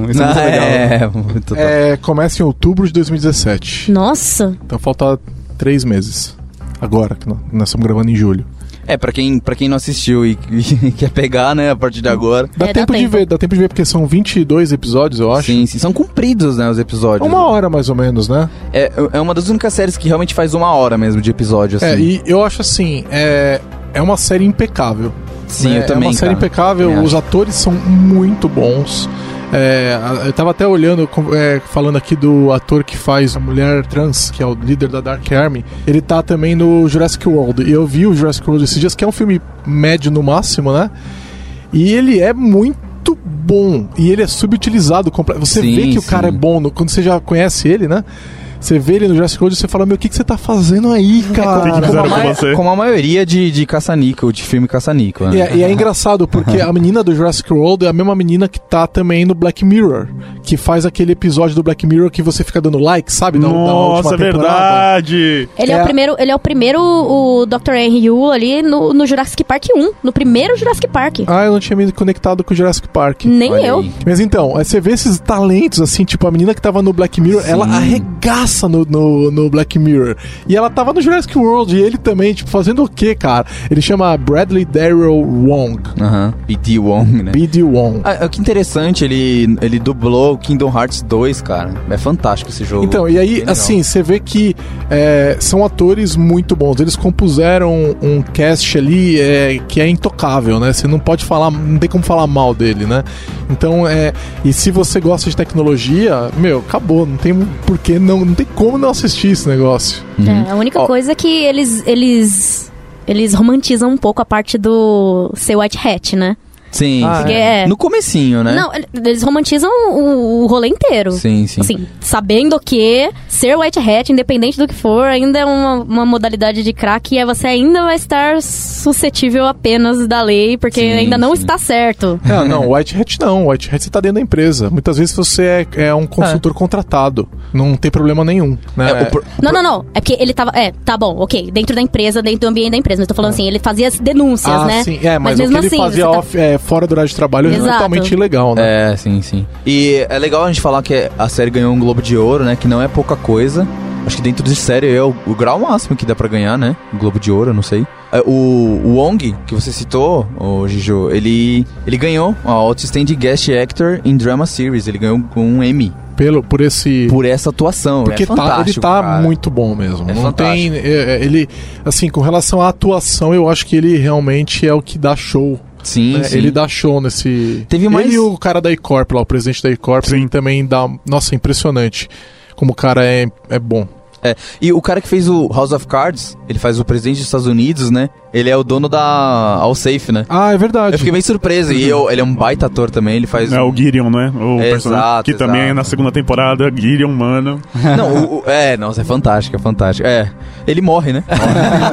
Speaker 2: compressão. Isso é muito
Speaker 1: Ah,
Speaker 2: legal. né?
Speaker 1: é, muito top.
Speaker 5: É, começa em outubro de 2017.
Speaker 4: Nossa,
Speaker 5: Então falta três meses. Agora, que nó- nós estamos gravando em julho.
Speaker 1: É, pra quem, pra quem não assistiu e, e quer pegar, né, a partir de agora.
Speaker 5: Dá
Speaker 4: É, dá
Speaker 5: tempo de
Speaker 4: tempo.
Speaker 5: ver, dá tempo de ver, porque são 22 episódios, eu acho.
Speaker 1: Sim, sim, são compridos, né, os episódios.
Speaker 5: Uma hora mais ou menos, né?
Speaker 1: É, é uma das únicas séries que realmente faz uma hora mesmo de episódio, assim.
Speaker 5: É, e eu acho assim, é, é uma série impecável.
Speaker 1: Sim,
Speaker 5: né?
Speaker 1: eu também.
Speaker 5: É uma série
Speaker 1: cara.
Speaker 5: impecável,
Speaker 1: Também
Speaker 5: os atores são muito bons. É, a- eu tava até olhando, com- é, falando aqui do ator que faz a mulher trans, que é o líder da Dark Army. Ele tá também no Jurassic World. E eu vi o Jurassic World esses dias, que é um filme médio no máximo, né? E ele é muito bom. E ele é subutilizado. comple- Você
Speaker 1: Sim,
Speaker 5: vê que o
Speaker 1: sim.
Speaker 5: cara é bom no- quando você já conhece ele, né? Você vê ele no Jurassic World e você fala, meu, o que, que você tá fazendo aí, cara?
Speaker 3: que fizeram
Speaker 1: Como a,
Speaker 3: com
Speaker 1: ma-
Speaker 3: você.
Speaker 1: como a maioria de, de caça-níquel, de filme caça-níquel, né?
Speaker 5: E é, e é engraçado, porque a menina do Jurassic World é a mesma menina que tá também no Black Mirror, que faz aquele episódio do Black Mirror que você fica dando like, sabe? Da, da
Speaker 3: Nossa, é
Speaker 5: última temporada.
Speaker 3: verdade!
Speaker 4: ele é,
Speaker 5: É.
Speaker 4: o primeiro, ele é o primeiro o Dr. Henry Yu ali no, no Jurassic Park 1, no primeiro Jurassic Park.
Speaker 5: Ah, eu não tinha me conectado com o Jurassic Park. é,
Speaker 4: Nem
Speaker 1: Olha
Speaker 4: eu.
Speaker 1: aí.
Speaker 5: Mas então, aí você vê esses talentos, assim, tipo, a menina que tava no Black Mirror, ela arregaça massa no, no, no Black Mirror. E ela tava no Jurassic World e ele também, tipo, fazendo o quê, cara? Ele chama Bradley Darryl Wong.
Speaker 1: Aham. P.T. Wong, né?
Speaker 5: B.D. Wong.
Speaker 1: Ah, que interessante, ele, ele dublou Kingdom Hearts 2, cara. É fantástico esse jogo.
Speaker 5: Então, e aí,
Speaker 1: Bem legal.
Speaker 5: assim, você vê que é, são atores muito bons. Eles compuseram um cast ali é, que é intocável, né? Você não pode falar, não tem como falar mal dele, né? Então, é. E se você gosta de tecnologia, meu, acabou. Não tem por que não, não tem como não assistir esse negócio.
Speaker 4: É, a única
Speaker 1: Uhum. Ó.
Speaker 4: coisa é que eles, eles, eles romantizam um pouco a parte do ser white hat, né?
Speaker 1: Sim,
Speaker 5: Ah,
Speaker 1: sim.
Speaker 4: é.
Speaker 1: No comecinho, né?
Speaker 4: Não, eles romantizam o, o rolê inteiro.
Speaker 1: Sim, sim.
Speaker 4: Assim, sabendo que ser white hat, independente do que for, ainda é uma, uma modalidade de crack e aí você ainda vai estar suscetível apenas da lei, porque
Speaker 1: Sim,
Speaker 4: ainda não
Speaker 1: sim.
Speaker 4: está certo.
Speaker 5: Não, Ah, não, White Hat não. White Hat você tá dentro da empresa. Muitas vezes você é, é um consultor contratado. Não tem problema nenhum. Né?
Speaker 1: É, o pro-
Speaker 4: Não, não, não. É porque ele tava. É, tá bom, ok. Dentro da empresa, dentro do ambiente da empresa. Mas tô falando assim, ele fazia as denúncias,
Speaker 5: Ah,
Speaker 4: né?
Speaker 5: sim. É, mas, o que ele fazia
Speaker 4: você tá-
Speaker 5: off- é, fora do horário de trabalho é
Speaker 4: Exato.
Speaker 5: totalmente ilegal, né?
Speaker 1: É, sim, sim. E é legal a gente falar que a série ganhou um Globo de Ouro, né? Que não é pouca coisa. Acho que dentro de série é o, o grau máximo que dá pra ganhar, né? Um Globo de Ouro, eu não sei. É, O, o Wong, que você citou, o Gijo, ele, ele ganhou a Outstanding Guest Actor in Drama Series. Ele ganhou um M
Speaker 5: Pelo, por esse.
Speaker 1: por essa atuação.
Speaker 5: Porque
Speaker 1: é
Speaker 5: tá, ele
Speaker 1: fantástico,
Speaker 5: tá
Speaker 1: cara.
Speaker 5: muito bom mesmo.
Speaker 1: É
Speaker 5: não tem. é, é, ele, assim, com relação à atuação, eu acho que ele realmente é o que dá show.
Speaker 1: Sim,
Speaker 5: né?
Speaker 1: sim.
Speaker 5: Ele dá show nesse.
Speaker 1: Teve mais-
Speaker 5: Ele e o cara da Icorp lá, o presidente da Icorp,
Speaker 3: Sim.
Speaker 5: ele também dá. Nossa, é impressionante. Como o cara é, é bom.
Speaker 1: É, e o cara que fez o House of Cards, ele faz o presidente dos Estados Unidos, né? Ele é o dono da Allsafe, né?
Speaker 5: Ah, é verdade.
Speaker 1: Eu fiquei bem surpreso. E eu- ele é um baita ator também, ele faz.
Speaker 3: É o Gideon, né? O
Speaker 1: Exato,
Speaker 3: personagem. Que também
Speaker 1: exato.
Speaker 3: é na segunda temporada, Gideon, mano.
Speaker 1: Não, o- o- é, nossa, é fantástico, é fantástico. É, ele morre, né?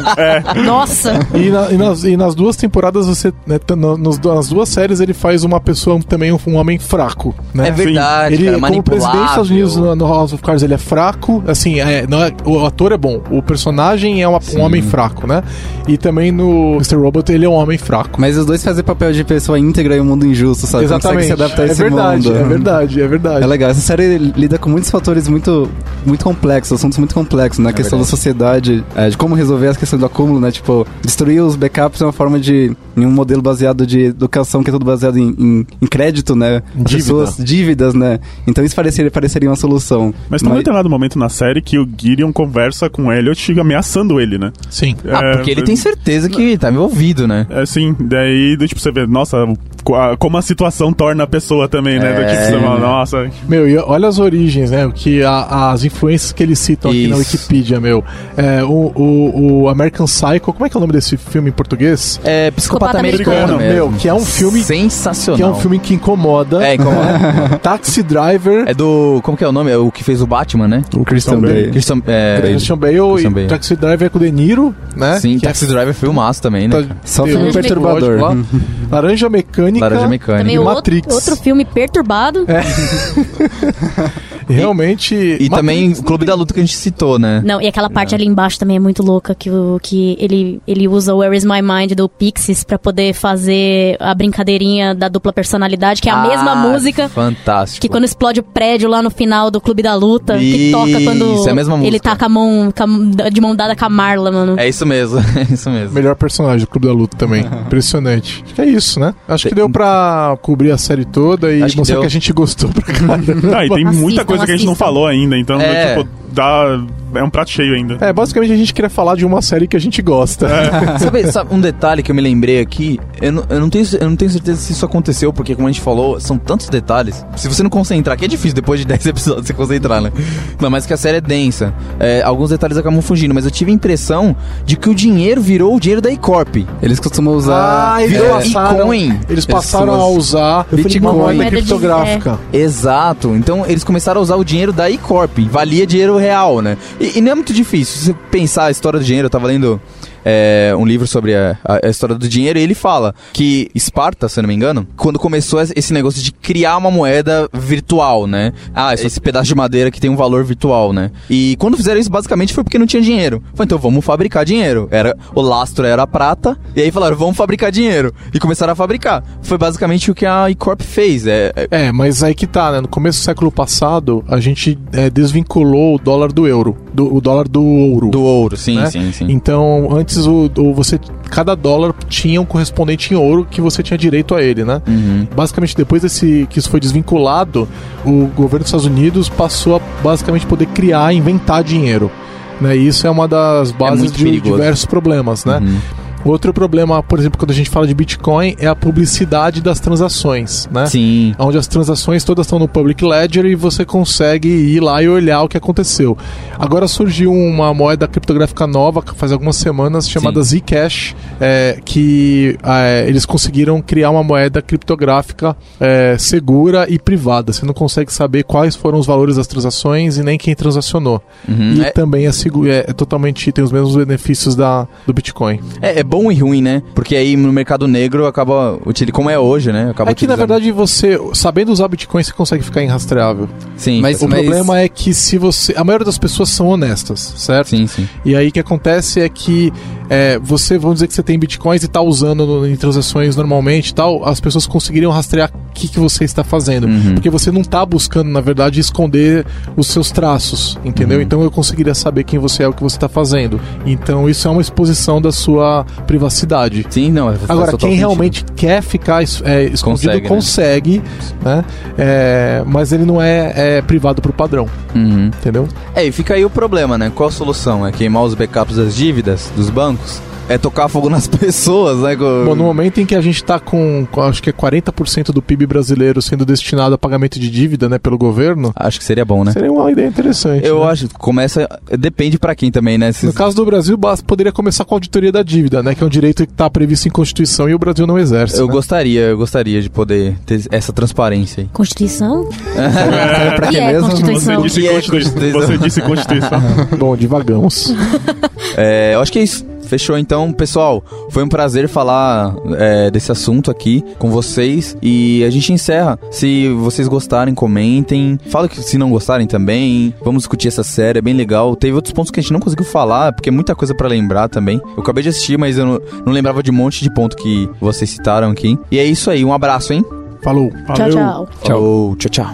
Speaker 4: Nossa!
Speaker 5: E, na- e nas, e nas duas temporadas, você. né, tá- no- nos- nas duas séries, ele faz uma pessoa também, um, um homem fraco. Né?
Speaker 1: É verdade,
Speaker 5: ele,
Speaker 1: cara,
Speaker 5: como presidente dos Estados Unidos né?
Speaker 1: manipulável.
Speaker 5: no, no House of Cards, ele é fraco. Assim, é, não é- o ator é bom, o personagem é uma- um homem fraco, né? E também no Mr. Robot, ele é um homem fraco.
Speaker 2: Mas os dois fazem papel de pessoa íntegra em um mundo injusto, sabe? Consegue se adaptar a
Speaker 5: é
Speaker 2: esse
Speaker 5: verdade,
Speaker 2: mundo.
Speaker 5: é verdade, é verdade.
Speaker 2: É legal, essa série lida com muitos fatores muito, muito complexos, assuntos muito complexos, né? A questão
Speaker 1: verdade.
Speaker 2: da sociedade, é, de como resolver as questões do acúmulo, né? Tipo, destruir os backups é uma forma de. em um modelo baseado de educação que é tudo baseado em, em- em crédito, né? As
Speaker 5: Dívida.
Speaker 2: pessoas, dívidas, né? Então isso pareceria, pareceria uma solução.
Speaker 3: Mas também tem um dado momento na série que o Gideon conversa com o Elliot ameaçando ele, né?
Speaker 5: Sim.
Speaker 1: Ah,
Speaker 3: É,
Speaker 1: porque ele tem certeza que tá envolvido, né?
Speaker 3: É, sim, daí do tipo, você vê, nossa, co- a- como a situação torna a pessoa também,
Speaker 1: É.
Speaker 3: né? Do que você fala, nossa.
Speaker 5: Meu, e olha as origens, né? O que a- as influências que eles citam aqui na
Speaker 1: Isso.
Speaker 5: Wikipedia, meu. É, o, o, o American Psycho, como é que é o nome desse filme em português?
Speaker 1: É psicopata
Speaker 4: Psicopata
Speaker 1: americano,
Speaker 5: americano,
Speaker 1: mesmo.
Speaker 5: meu, que é um filme-
Speaker 1: sensacional.
Speaker 5: Que é um filme que incomoda.
Speaker 1: É, incomoda.
Speaker 5: Taxi Driver.
Speaker 1: é do. Como que é o nome? É o que fez o Batman, né?
Speaker 2: O
Speaker 3: Christian
Speaker 2: Christian Bale.
Speaker 1: Christian. É,
Speaker 5: Christian Bale
Speaker 1: Christian
Speaker 5: e
Speaker 1: Bale.
Speaker 5: Taxi Driver é com o De Niro, né?
Speaker 1: Sim,
Speaker 5: que é
Speaker 1: Taxi Driver foi o massa também, né?
Speaker 5: puta-
Speaker 1: cara?
Speaker 2: Só
Speaker 5: tem
Speaker 2: filme
Speaker 5: um
Speaker 2: perturbador.
Speaker 5: lá.
Speaker 1: Uhum.
Speaker 5: Laranja Mecânica.
Speaker 1: Laranja Mecânica.
Speaker 4: Também
Speaker 5: E
Speaker 4: outro-
Speaker 5: Matrix. É.
Speaker 4: outro filme perturbado.
Speaker 5: Realmente.
Speaker 1: E também o Clube da Luta que a gente citou, né?
Speaker 4: Não, e aquela parte ali embaixo também é muito louca, que, o, que ele, ele usa o Where Is My Mind do Pixies pra poder fazer a brincadeirinha da dupla personalidade, que é a mesma
Speaker 1: Ah,
Speaker 4: música
Speaker 1: Fantástico.
Speaker 4: que quando explode o prédio lá no final do Clube da Luta, que toca quando
Speaker 1: Isso, é a mesma
Speaker 4: ele
Speaker 1: música.
Speaker 4: tá com a mão, com a mão- de mão dada com a Marla, mano.
Speaker 1: É isso mesmo, é isso mesmo.
Speaker 5: Melhor personagem do Clube da Luta também. Impressionante. Acho que é isso, né? Acho que deu pra cobrir a série toda e
Speaker 1: Acho que
Speaker 5: mostrar
Speaker 1: deu.
Speaker 5: que a gente gostou pra caralho.
Speaker 3: Ah, e tem
Speaker 4: Assistam,
Speaker 3: muita coisa que a gente não
Speaker 4: assistam.
Speaker 3: falou ainda, então,
Speaker 1: É.
Speaker 3: tipo, dá. É um prato cheio ainda.
Speaker 5: É, basicamente a gente queria falar de uma série que a gente gosta.
Speaker 3: É.
Speaker 1: sabe, sabe um detalhe que eu me lembrei aqui? Eu não, eu, não tenho, eu não tenho certeza se isso aconteceu, porque como a gente falou, são tantos detalhes. Se você não concentrar, que é difícil depois de 10 episódios você concentrar, né? Não, mas que a série é densa. É, alguns detalhes acabam fugindo, mas eu tive a impressão de que o dinheiro virou o dinheiro da Icorp.
Speaker 2: Eles costumam usar.
Speaker 5: Ah, eles
Speaker 1: virou
Speaker 5: passaram,
Speaker 1: Bitcoin.
Speaker 5: é. eles passaram
Speaker 2: Pessoas-
Speaker 5: a usar
Speaker 2: Bitcoin.
Speaker 5: uma moeda
Speaker 4: Moeda de-
Speaker 5: criptográfica.
Speaker 1: Exato. Então eles começaram a usar o dinheiro da Icorp. Valia dinheiro real, né? E, e não é muito difícil. Se você pensar a história do dinheiro, eu tava lendo é, um livro sobre a, a- a história do dinheiro, e ele fala que Esparta, se eu não me engano, quando começou es- esse negócio de criar uma moeda virtual, né? Ah, é só esse pedaço de madeira que tem um valor virtual, né? E quando fizeram isso, basicamente foi porque não tinha dinheiro. Foi, então vamos fabricar dinheiro. Era O lastro era a prata, e aí falaram, vamos fabricar dinheiro. E começaram a fabricar. Foi basicamente o que a E-Corp fez. É, é-
Speaker 5: É, mas aí que tá, né? No começo do século passado, a gente é, desvinculou o dólar do euro, do, o dólar do ouro.
Speaker 1: do ouro, sim,
Speaker 5: né?
Speaker 1: sim, sim.
Speaker 5: Então, antes o, o- você cada dólar tinha um correspondente em ouro que você tinha direito a ele, né?
Speaker 1: Uhum.
Speaker 5: Basicamente depois desse que isso foi desvinculado, o governo dos Estados Unidos passou a basicamente poder criar, inventar dinheiro. Né, e isso é uma das bases
Speaker 1: muito
Speaker 5: de
Speaker 1: perigoso. Uhum.
Speaker 5: diversos problemas, né? Outro problema, por exemplo, quando a gente fala de Bitcoin, é a publicidade das transações, né?
Speaker 1: Sim.
Speaker 5: onde as transações todas estão no public ledger e você consegue ir lá e olhar o que aconteceu. Agora surgiu uma moeda criptográfica nova, que faz algumas semanas, chamada Zcash, é, que é, eles conseguiram criar uma moeda criptográfica é, segura e privada. Você não consegue saber quais foram os valores das transações e nem quem transacionou. E
Speaker 1: É-
Speaker 5: também é, segu- é- é totalmente tem os mesmos benefícios da, do Bitcoin.
Speaker 1: É, é bom e ruim, né? Porque aí no mercado negro acaba. utili- Como é hoje, né? Acaba
Speaker 5: é que, na
Speaker 1: utilizando-
Speaker 5: verdade, você, sabendo usar Bitcoin, você consegue ficar irrastreável.
Speaker 1: Sim.
Speaker 2: Mas-
Speaker 5: O problema é que se você. A maioria das pessoas são honestas, certo?
Speaker 1: Sim, sim.
Speaker 5: E aí o que acontece é que é, você, vamos dizer que você tem bitcoins e tá usando no- em transações normalmente e tal, as pessoas conseguiriam rastrear o que, que você está fazendo.
Speaker 2: Uhum.
Speaker 5: Porque você não tá buscando, na verdade, esconder os seus traços,
Speaker 2: Uhum.
Speaker 5: entendeu? Então eu conseguiria saber quem você é, o que você está fazendo. Então isso é uma exposição da sua privacidade.
Speaker 1: Sim, não. é faz
Speaker 5: Agora,
Speaker 1: total sentido.
Speaker 5: quem realmente quer ficar es- é, escondido
Speaker 1: Consegue, né?
Speaker 5: consegue, né? É, mas ele não é, é privado pro padrão,
Speaker 1: Uhum.
Speaker 5: entendeu?
Speaker 1: É, e fica aí o problema, né? Qual a solução? É queimar os backups das dívidas dos bancos? É tocar fogo nas pessoas, né? Com-
Speaker 5: Bom, no momento em que a gente tá com, com acho que é 40% do PIB brasileiro sendo destinado a pagamento de dívida, né, pelo governo,
Speaker 1: Acho que seria bom, né?
Speaker 5: seria uma ideia interessante.
Speaker 1: Eu
Speaker 5: né?
Speaker 1: acho que começa. Depende pra quem também, né? Se-
Speaker 5: No caso do Brasil, bas- poderia começar com a auditoria da dívida, né? Que é um direito que está previsto em Constituição e o Brasil não exerce.
Speaker 1: Eu
Speaker 5: né?
Speaker 1: gostaria, eu gostaria de poder ter essa transparência aí.
Speaker 4: Constituição?
Speaker 2: Pra
Speaker 4: E
Speaker 2: quem
Speaker 4: é
Speaker 2: mesmo?
Speaker 3: Você
Speaker 4: Constituição.
Speaker 1: E
Speaker 3: disse,
Speaker 1: é
Speaker 3: Constituição.
Speaker 1: Constituição.
Speaker 3: você disse Constituição.
Speaker 5: Bom, divagamos.
Speaker 1: É, eu acho que é isso. Fechou então, pessoal. Foi um prazer falar é, desse assunto aqui com vocês e a gente encerra. Se vocês gostarem, comentem. Fala que se não gostarem também. Vamos discutir essa série, é bem legal. Teve outros pontos que a gente não conseguiu falar, porque é muita coisa pra lembrar também. Eu acabei de assistir, mas eu não, não lembrava de um monte de ponto que vocês citaram aqui. E é isso aí, um abraço, hein?
Speaker 5: Falou.
Speaker 4: Tchau,
Speaker 3: Valeu.
Speaker 4: tchau.
Speaker 2: Tchau.
Speaker 1: Falou, tchau, tchau.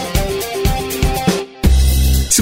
Speaker 6: Se